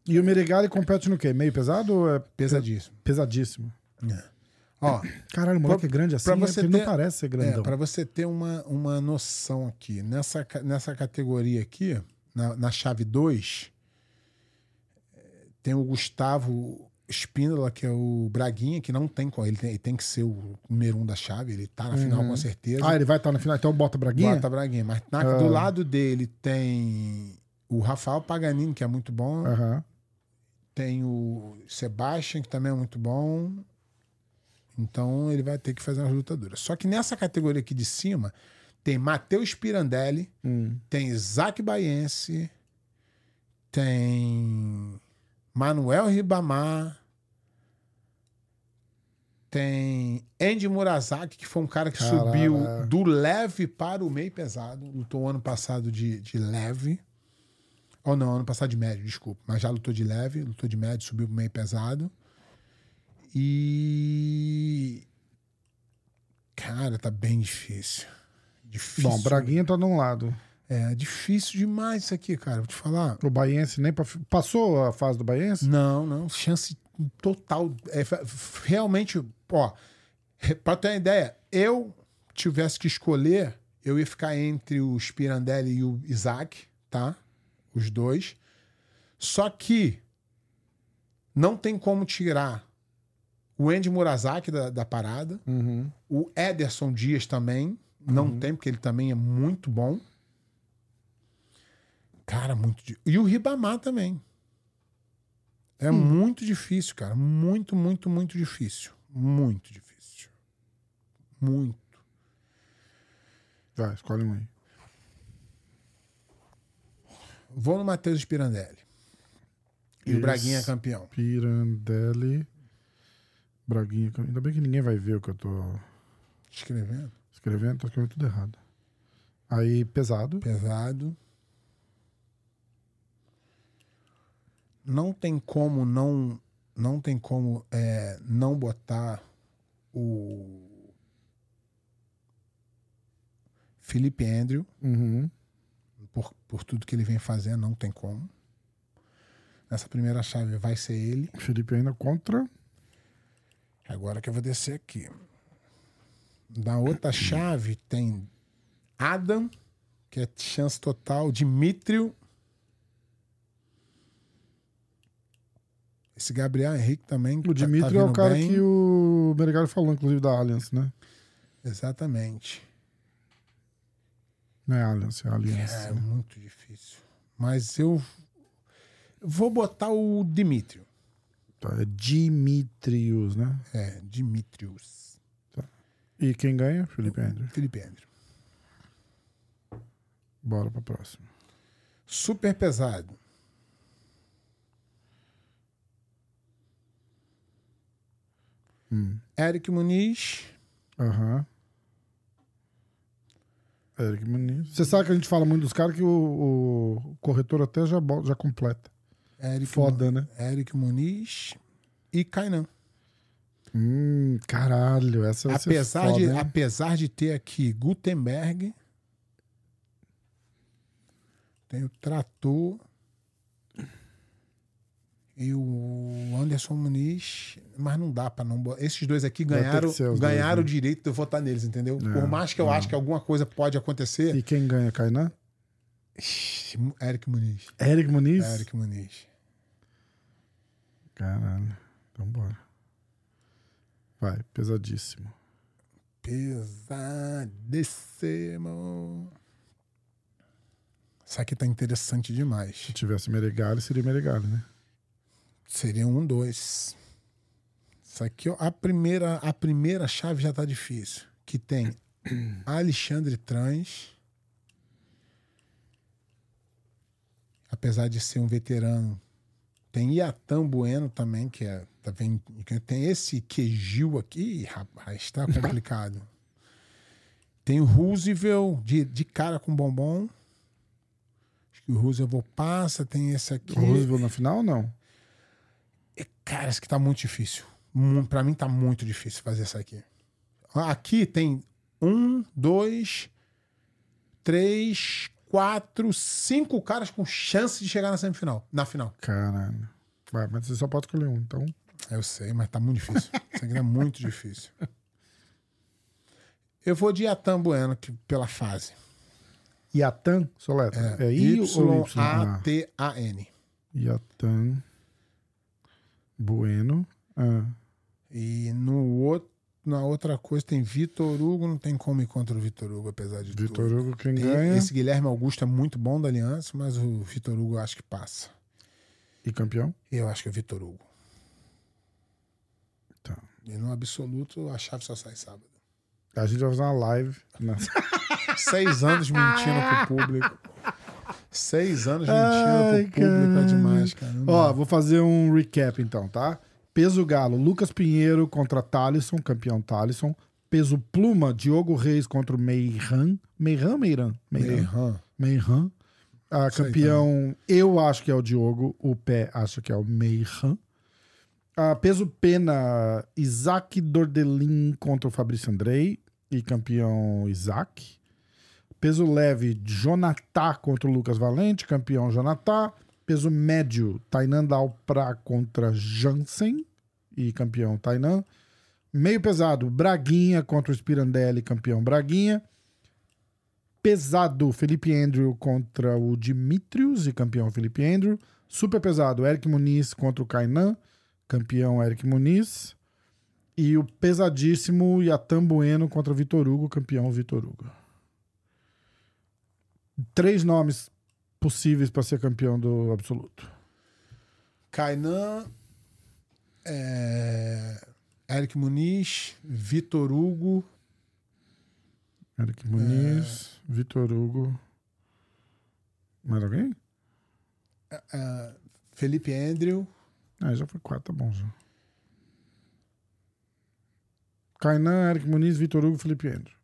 Speaker 3: E o Meregali compete no quê? Meio pesado ou é
Speaker 1: pesadíssimo.
Speaker 3: pesadíssimo?
Speaker 1: Ó,
Speaker 3: Caralho, o moleque é grande assim,
Speaker 1: pra
Speaker 3: é
Speaker 1: você
Speaker 3: porque ele
Speaker 1: ter-
Speaker 3: não parece ser
Speaker 1: é,
Speaker 3: grandão.
Speaker 1: para você ter uma, uma noção aqui, nessa, ca- nessa categoria aqui, na, na chave 2, tem o Gustavo Espíndola, que é o Braguinha, que não tem qual. Ele tem, ele tem que ser o número um da chave, ele tá na final com certeza.
Speaker 3: Ah, ele vai estar na final, então bota Braguinha? Ah.
Speaker 1: Bota Braguinha. Mas na- do lado dele tem o Rafael Paganini, que é muito bom.
Speaker 3: Aham.
Speaker 1: Tem o Sebastian, que também é muito bom. Então ele vai ter que fazer uma luta dura. Só que nessa categoria aqui de cima tem Matheus Pirandelli, tem Isaac Baiense, tem Manuel Ribamar, tem Andy Murasaki, que foi um cara que
Speaker 3: Caralho.
Speaker 1: subiu do leve para o meio pesado. Lutou ano passado de, de leve. Ou não, ano passado de médio, desculpa. Mas já lutou de leve, lutou de médio, subiu pro meio pesado. E. Cara, tá bem difícil. Difícil.
Speaker 3: Bom, Braguinha tá de um lado.
Speaker 1: É difícil demais isso aqui, cara. Vou te falar.
Speaker 3: O Baiense nem pra... passou a fase do Baiense?
Speaker 1: Não, não. Chance total. É, fa- f- realmente, ó. re- Pra ter uma ideia, eu tivesse que escolher, eu ia ficar entre o Spirandelli e o Isaac, tá? Os dois. Só que não tem como tirar o Andy Murasaki da, da parada. O Ederson Dias também. Não tem, porque ele também é muito bom. Cara, muito. di- E o Ribamar também. É muito difícil, cara. Muito, muito, muito difícil. Muito difícil. Muito.
Speaker 3: Vai, escolhe um aí.
Speaker 1: Vou no Matheus Spirandelli. E
Speaker 3: Isso.
Speaker 1: o Braguinha é campeão.
Speaker 3: Pirandelli. Braguinha. Ainda bem que ninguém vai ver o que eu tô
Speaker 1: Escrevendo.
Speaker 3: escrevendo, tô escrevendo tudo errado. Aí, pesado.
Speaker 1: Pesado. Não tem como não. Não tem como é, não botar o. Felipe Andrew.
Speaker 3: Uhum.
Speaker 1: por, por tudo que ele vem fazendo, não tem como. Nessa primeira chave vai ser ele.
Speaker 3: Felipe ainda contra.
Speaker 1: Agora que eu vou descer aqui. Da
Speaker 3: *clears throat*
Speaker 1: outra chave tem Adam, que é chance total, Dimitrio. Esse Gabriel Henrique também. tá,
Speaker 3: O Dimitri é o cara que o Meregali falou, inclusive, da Alliance, né?
Speaker 1: Exatamente.
Speaker 3: Não é Alliance, é Alliance.
Speaker 1: É muito difícil. Mas eu vou botar o Dimitrio.
Speaker 3: Tá, é Dimitrios, né?
Speaker 1: É, Dimitrios.
Speaker 3: E quem ganha? Felipe
Speaker 1: Uhum.
Speaker 3: Andrew.
Speaker 1: Felipe Andrew.
Speaker 3: Bora pra próxima.
Speaker 1: Super pesado. Eric Hum. Muniz.
Speaker 3: Aham. Eric Muniz. Você sabe que a gente fala muito dos caras que o, o corretor até já, bo- já completa.
Speaker 1: Eric
Speaker 3: Foda, né?
Speaker 1: Mu- Eric Muniz e Kainan.
Speaker 3: Hum, caralho, essa vai ser
Speaker 1: Apesar,
Speaker 3: foda,
Speaker 1: de,
Speaker 3: né? hein?
Speaker 1: apesar de ter aqui Gutenberg. Tem o Trator. E o Anderson Muniz, mas não dá pra não. bo- Esses dois aqui
Speaker 3: Vai ter que
Speaker 1: ganharam,
Speaker 3: ser os dois,
Speaker 1: ganharam
Speaker 3: né?
Speaker 1: o direito de eu votar neles, entendeu? Por
Speaker 3: É,
Speaker 1: mais que eu acho que alguma coisa pode acontecer,
Speaker 3: E quem ganha, Kainan?
Speaker 1: Ixi, Eric Muniz.
Speaker 3: Eric Muniz?
Speaker 1: Eric Muniz.
Speaker 3: Caralho. Então bora. Vai, pesadíssimo.
Speaker 1: Pesadíssimo. Isso aqui tá interessante demais.
Speaker 3: Se tivesse Meregali, seria Meregali, né?
Speaker 1: Seria um, dois. Isso aqui, ó, a primeira, a primeira chave já tá difícil. Que tem *clears throat* Alexandre Trans. Apesar de ser um veterano, tem Iatan Bueno também, que é. Tá bem, que tem esse queijil aqui, Ih, rapaz, tá *clears throat* complicado. tem o Roosevelt de, de cara com bombom. que o Roosevelt passa, tem esse aqui.
Speaker 3: O Roosevelt na final ou não?
Speaker 1: E, Cara, esse aqui tá muito difícil. Mu- Pra mim tá muito difícil fazer essa aqui. Aqui tem um, dois, três, quatro, cinco caras com chance de chegar na semifinal. Na final.
Speaker 3: Caralho. Vai, mas você só pode escolher um, então.
Speaker 1: Eu sei, mas tá muito
Speaker 3: *laughs*
Speaker 1: difícil. Isso aqui tá muito difícil. Eu vou de Atan Bueno que- pela fase.
Speaker 3: Yatan, Soleta. É, I ou Y? Ah,
Speaker 1: Y-A-T-A-N.
Speaker 3: Yatan. Bueno. Ah,
Speaker 1: E no outro, na outra coisa tem Vitor Hugo, não tem como ir contra o Vitor Hugo, apesar de
Speaker 3: Vitor
Speaker 1: tudo.
Speaker 3: Hugo, quem
Speaker 1: Tem-
Speaker 3: ganha.
Speaker 1: Esse Guilherme Augusto é muito bom da aliança, mas o Vitor Hugo eu acho que passa.
Speaker 3: E campeão?
Speaker 1: Eu acho que é o Vitor Hugo.
Speaker 3: Tá.
Speaker 1: E no absoluto, a chave só sai sábado.
Speaker 3: A gente vai fazer uma live. *laughs* Na...
Speaker 1: Seis anos mentindo
Speaker 3: *laughs*
Speaker 1: pro público. Seis anos mentindo
Speaker 3: Ai,
Speaker 1: pro público é
Speaker 3: cara.
Speaker 1: demais, cara. Não
Speaker 3: Ó, vou fazer um recap então, tá? Peso galo, Lucas Pinheiro contra Talisson, campeão Talisson. Peso pluma, Diogo Reis contra o Meiran. Meiran, Meiran?
Speaker 1: dá.
Speaker 3: Meiran.
Speaker 1: Erram.
Speaker 3: Meiran. Ah,
Speaker 1: Sei
Speaker 3: campeão, eu acho que é o Diogo, o pé acho que é o Meiran. Ah, peso pena, Isaac Dordelin contra o Fabrício Andrei. E campeão Isaac. Peso leve, Jonatá contra o Lucas Valente, campeão Jonatá. Peso médio, Tainan Dalprá contra Jansen. E campeão Tainan. Meio pesado, Braguinha contra o Spirandelli, campeão Braguinha pesado, Felipe Andrew contra o Dimitrios e campeão Felipe Andrew. Super pesado, Eric Muniz contra o Kainan, campeão Eric Muniz. E o pesadíssimo Yatan Bueno contra o Vitor Hugo, campeão Vitor Hugo. Três nomes possíveis para ser campeão do absoluto.
Speaker 1: Kainan, é, Eric Muniz, Vitor Hugo,
Speaker 3: Eric Muniz, Vitor Hugo. Mais alguém?
Speaker 1: é, Felipe Andrew.
Speaker 3: Ah, já foi quatro, tá bom já. Kainan, Eric Muniz, Vitor Hugo, Felipe Andrew.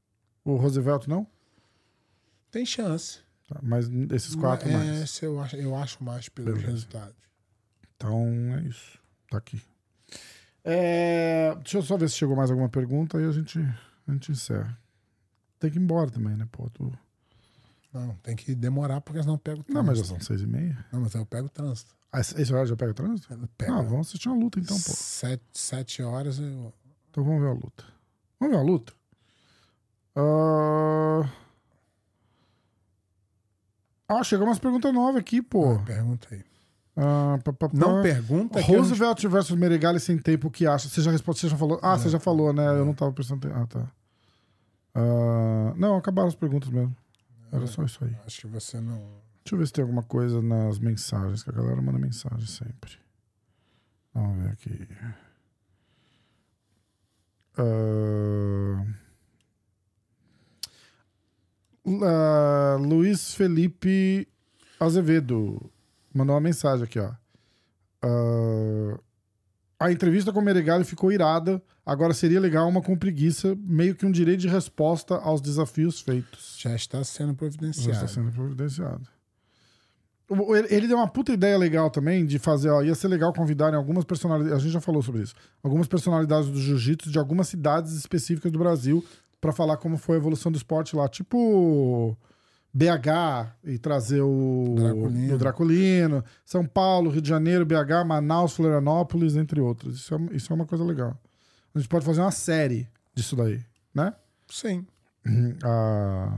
Speaker 3: O Roosevelt não?
Speaker 1: Tem chance.
Speaker 3: Tá, mas esses quatro
Speaker 1: é,
Speaker 3: mais.
Speaker 1: esse eu acho, eu acho mais pelos
Speaker 3: Beleza.
Speaker 1: resultados.
Speaker 3: Então é isso. Tá aqui. É, deixa eu só ver se chegou mais alguma pergunta e a gente, a gente encerra. Tem que ir embora também, né? Pô, tu-
Speaker 1: Não, tem que demorar, porque senão eu pego o trânsito.
Speaker 3: Não, mas já são seis e meia. É.
Speaker 1: Não, mas eu pego o trânsito.
Speaker 3: Ah, esse esse horário já pega trânsito?
Speaker 1: Eu pego.
Speaker 3: Não, vamos assistir uma luta então, pô.
Speaker 1: sete, sete horas eu.
Speaker 3: Então vamos ver a luta. Vamos ver a luta? Ah, ah chegou umas perguntas novas aqui, pô.
Speaker 1: Ah, pergunta aí.
Speaker 3: Ah, pá, pá, pá.
Speaker 1: Não pergunta que eu não-
Speaker 3: Roosevelt versus Meregali sem tempo, o que acha? Você já respondeu, você já falou. Ah,
Speaker 1: É.
Speaker 3: você já falou, né? Eu não tava prestando atenção. Ah, tá. Ah, não, acabaram as perguntas mesmo.
Speaker 1: É.
Speaker 3: Era só isso aí.
Speaker 1: Acho que você não.
Speaker 3: Deixa eu ver se tem alguma coisa nas mensagens, que a galera manda mensagem sempre. Vamos ver aqui. Ah, L- ah, Luiz Felipe Azevedo mandou uma mensagem aqui, ó. Ah, a entrevista com o Meregali ficou irada. Agora seria legal uma com preguiça, meio que um direito de resposta aos desafios feitos.
Speaker 1: Já está sendo
Speaker 3: Já está
Speaker 1: providenciado.
Speaker 3: sendo providenciado. O- o- Ele ele deu uma puta ideia legal também de fazer, ó, ia ser legal convidarem algumas personalidades, a gente já falou sobre isso, algumas personalidades do jiu-jitsu de algumas cidades específicas do Brasil pra falar como foi a evolução do esporte lá, tipo BH e trazer o
Speaker 1: Draculino.
Speaker 3: o Draculino, São Paulo, Rio de Janeiro, BH, Manaus, Florianópolis, entre outros. Isso é, uma- isso é uma coisa legal. A gente pode fazer uma série disso daí, né?
Speaker 1: Sim.
Speaker 3: A...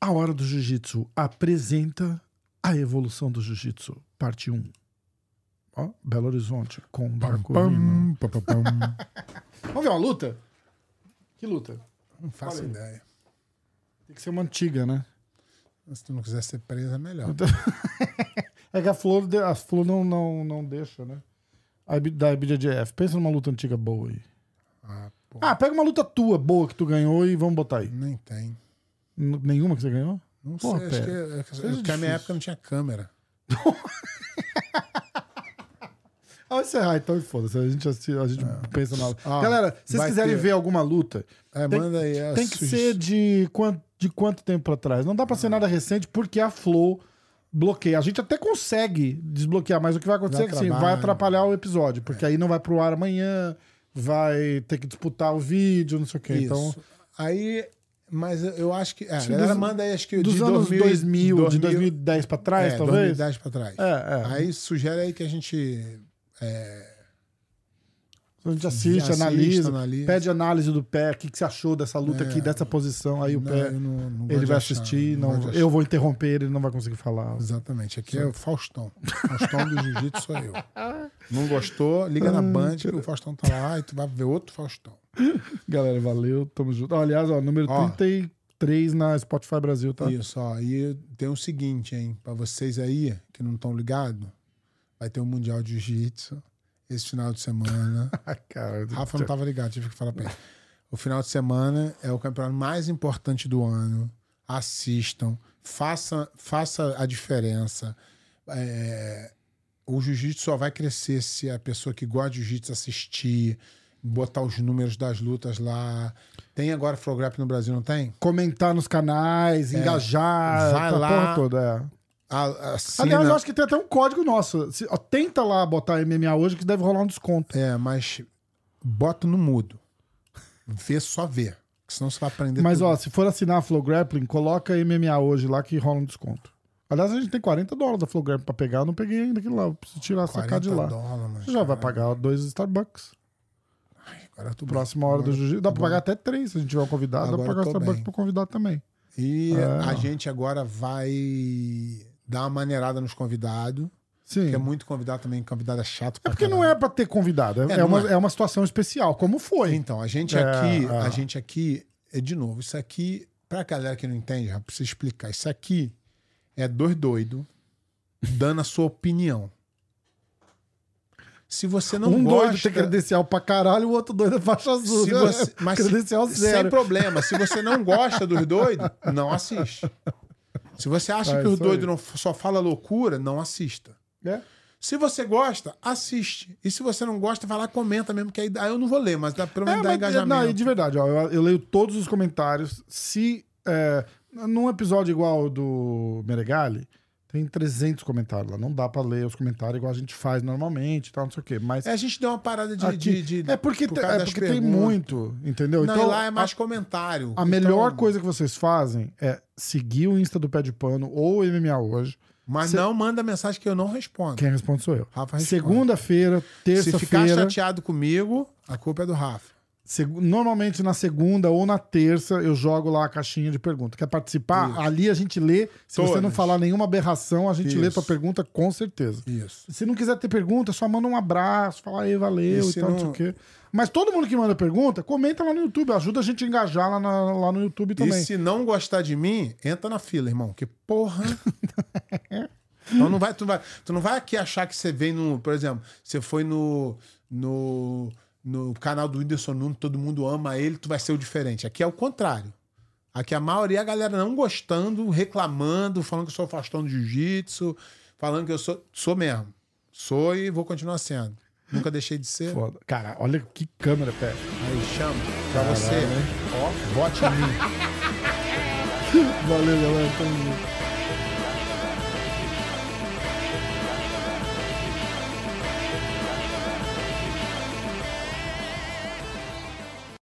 Speaker 3: a Hora do Jiu-Jitsu apresenta a evolução do Jiu-Jitsu, parte 1. Ó, Belo Horizonte com Barcolino.
Speaker 1: Pam, pam, pam,
Speaker 3: *laughs*
Speaker 1: pam.
Speaker 3: Vamos ver uma luta? Que luta?
Speaker 1: não faço
Speaker 3: Olha aí.
Speaker 1: ideia.
Speaker 3: Tem que ser uma antiga, né?
Speaker 1: Se tu não quiser ser presa, é melhor.
Speaker 3: É que a Flor, de- a Flor não, não, não deixa, né? A IB Da IBJJF. Pensa numa luta antiga boa aí.
Speaker 1: Ah, pô.
Speaker 3: Ah, pega uma luta tua boa que tu ganhou e vamos botar aí.
Speaker 1: Nem tem.
Speaker 3: N- Nenhuma que você ganhou?
Speaker 1: Não
Speaker 3: Pô,
Speaker 1: sei, acho
Speaker 3: pera.
Speaker 1: que, é- é que-
Speaker 3: Coisa
Speaker 1: porque a minha
Speaker 3: difícil.
Speaker 1: época não tinha câmera.
Speaker 3: Vamos encerrar então e foda-se. A gente, assi- a gente pensa na.
Speaker 1: Ah,
Speaker 3: Galera, se vocês
Speaker 1: vai
Speaker 3: quiserem
Speaker 1: ter.
Speaker 3: ver alguma luta,
Speaker 1: É,
Speaker 3: Tem-
Speaker 1: manda aí. a
Speaker 3: tem que
Speaker 1: sugestão.
Speaker 3: ser de quanto, de quanto tempo pra trás? Não dá
Speaker 1: Ah.
Speaker 3: pra ser nada recente porque a Flow bloqueia. A gente até consegue desbloquear, mas o que vai acontecer
Speaker 1: Dá
Speaker 3: é que assim, vai
Speaker 1: trabalho. É.
Speaker 3: atrapalhar o episódio, porque aí não vai pro ar amanhã, vai ter que disputar o vídeo, não sei o quê. Então,
Speaker 1: Isso. Aí, mas eu- eu acho que. É, a
Speaker 3: Acho
Speaker 1: galera
Speaker 3: dos-
Speaker 1: manda aí, acho que
Speaker 3: dos
Speaker 1: de
Speaker 3: anos
Speaker 1: 2000,
Speaker 3: 2000, de 2010 pra trás,
Speaker 1: é,
Speaker 3: talvez.
Speaker 1: 2010 pra trás.
Speaker 3: É, é.
Speaker 1: Aí sugere aí que a gente
Speaker 3: a gente assiste,
Speaker 1: assista,
Speaker 3: analisa,
Speaker 1: analisa. É.
Speaker 3: pede análise do pé, o que, que você achou dessa luta aqui, dessa posição, aí o
Speaker 1: Não,
Speaker 3: pé.
Speaker 1: eu não- não gosto
Speaker 3: Ele
Speaker 1: de
Speaker 3: vai
Speaker 1: achar,
Speaker 3: assistir,
Speaker 1: não
Speaker 3: não,
Speaker 1: gosto de
Speaker 3: eu vou interromper, ele não vai conseguir falar.
Speaker 1: Exatamente. Aqui é o Faustão. Faustão do Jiu-Jitsu sou eu. Não gostou? Liga na
Speaker 3: Ah,
Speaker 1: Band que o Faustão tá lá e tu vai ver outro Faustão.
Speaker 3: Galera, valeu, tamo junto. Ó, Aliás, ó, número
Speaker 1: Ó.
Speaker 3: 33 na Spotify Brasil, tá?
Speaker 1: Isso, ó. E tem o seguinte, hein? Pra vocês aí que não estão ligados, vai ter o Mundial de Jiu-Jitsu esse final de semana.
Speaker 3: Ah, cara,
Speaker 1: Rafa não tava ligado, tive que falar pra ele. O final de semana é o campeonato mais importante do ano. Assistam, faça, faça a diferença. É, o jiu-jitsu só vai crescer se a pessoa que gosta de jiu-jitsu assistir, botar os números das lutas lá. Tem agora Flowgrap no Brasil, não tem?
Speaker 3: comentar nos canais, engajar,
Speaker 1: Vai
Speaker 3: essa
Speaker 1: lá.
Speaker 3: porra toda. é.
Speaker 1: A, assina-
Speaker 3: Aliás, eu acho que tem até um código nosso. Se- ó, tenta lá botar MMA hoje que deve rolar um desconto.
Speaker 1: É, mas bota no mudo. Vê só ver. Senão você vai aprender
Speaker 3: Mas,
Speaker 1: tudo.
Speaker 3: ó, se for assinar a Flow Grappling, coloca MMA hoje lá que rola um desconto. Aliás, a gente tem 40 dólares da Flow Grappling pra pegar, eu não peguei ainda aquilo lá. Eu preciso tirar, sacar de lá.
Speaker 1: dólares,
Speaker 3: Você já vai
Speaker 1: cara.
Speaker 3: pagar dois Starbucks.
Speaker 1: Agora eu tô
Speaker 3: Próxima hora do jiu-jitsu. Dá pra pagar até três se a gente tiver um convidado. Dá pra
Speaker 1: Agora
Speaker 3: pagar
Speaker 1: eu tô
Speaker 3: Starbucks
Speaker 1: bem.
Speaker 3: pro convidado também.
Speaker 1: E
Speaker 3: Ah.
Speaker 1: a gente agora vai dar uma maneirada nos convidados.
Speaker 3: Sim.
Speaker 1: Porque é muito convidado também, convidado é chato.
Speaker 3: É porque não é pra ter convidado, é,
Speaker 1: É,
Speaker 3: é
Speaker 1: não
Speaker 3: uma,
Speaker 1: é.
Speaker 3: é uma situação especial, como foi.
Speaker 1: Então, a gente
Speaker 3: É,
Speaker 1: aqui,
Speaker 3: é.
Speaker 1: a gente aqui, é de novo, isso aqui, pra galera que não entende, já preciso explicar. Isso aqui é dois doidos dando a sua opinião. Se você Então, não
Speaker 3: um
Speaker 1: gosta...
Speaker 3: doido tem credencial pra caralho, o outro doido é faixa azul.
Speaker 1: Se você-
Speaker 3: *laughs*
Speaker 1: mas se-
Speaker 3: credencial
Speaker 1: Sem
Speaker 3: zero.
Speaker 1: problema. Se você não gosta dos doidos, não assiste. Se você acha
Speaker 3: É
Speaker 1: que os
Speaker 3: isso aí.
Speaker 1: doidos não f- só fala loucura, não assista.
Speaker 3: É.
Speaker 1: Se você gosta, assiste. E se você não gosta, vai lá e comenta mesmo, que aí, aí eu não vou ler, mas dá, pelo
Speaker 3: É,
Speaker 1: menos dá
Speaker 3: mas,
Speaker 1: engajamento.
Speaker 3: não, e de verdade, ó, eu, eu leio todos os comentários. Se. é, num episódio igual o do Meregali, tem 300 comentários lá. Não dá pra ler os comentários igual a gente faz normalmente e tal, não sei o quê. Mas.
Speaker 1: É, a gente deu uma parada de...
Speaker 3: aqui-
Speaker 1: de- de-
Speaker 3: é porque,
Speaker 1: por
Speaker 3: te-
Speaker 1: causa
Speaker 3: é
Speaker 1: das
Speaker 3: porque tem
Speaker 1: perguntas.
Speaker 3: muito, entendeu? Então,
Speaker 1: Não, e lá é mais comentário.
Speaker 3: A
Speaker 1: Então,
Speaker 3: melhor coisa que vocês fazem é seguir o Insta do Pé de Pano ou o MMA hoje.
Speaker 1: Mas
Speaker 3: Cê-
Speaker 1: não manda mensagem que eu não respondo.
Speaker 3: Quem responde sou eu.
Speaker 1: Rafa responde.
Speaker 3: Segunda-feira,
Speaker 1: Se ficar
Speaker 3: terça-feira.
Speaker 1: chateado comigo, a culpa é do Rafa.
Speaker 3: segu- Normalmente na segunda ou na terça eu jogo lá a caixinha de pergunta. Quer participar? Ali a gente lê. Se você
Speaker 1: Todas.
Speaker 3: não falar nenhuma aberração, a gente lê
Speaker 1: Isso.
Speaker 3: tua pergunta com certeza.
Speaker 1: Isso.
Speaker 3: Se não quiser ter pergunta, só manda um abraço, fala aí, valeu
Speaker 1: E
Speaker 3: e,
Speaker 1: se
Speaker 3: tal, não sei
Speaker 1: não-
Speaker 3: o quê. Mas todo mundo que manda pergunta, comenta lá no YouTube. Ajuda a gente a engajar lá, na- lá no YouTube também.
Speaker 1: E se não gostar de mim, entra na fila, irmão. Que porra. então não vai, tu, vai, tu não vai aqui achar que você vem no. Por exemplo, você foi no. no no canal do Whindersson Nunes, todo mundo ama ele, tu vai ser o diferente. Aqui é o contrário. Aqui a maioria, a galera não gostando, reclamando, falando que eu sou o Faustão do Jiu-Jitsu, falando que eu sou. Sou mesmo. Sou e vou continuar sendo. Nunca deixei de ser.
Speaker 3: Foda. Cara, olha que câmera, pé.
Speaker 1: Aí chama pra você. Ó, vote em mim.
Speaker 3: Valeu, galera. Tamo junto.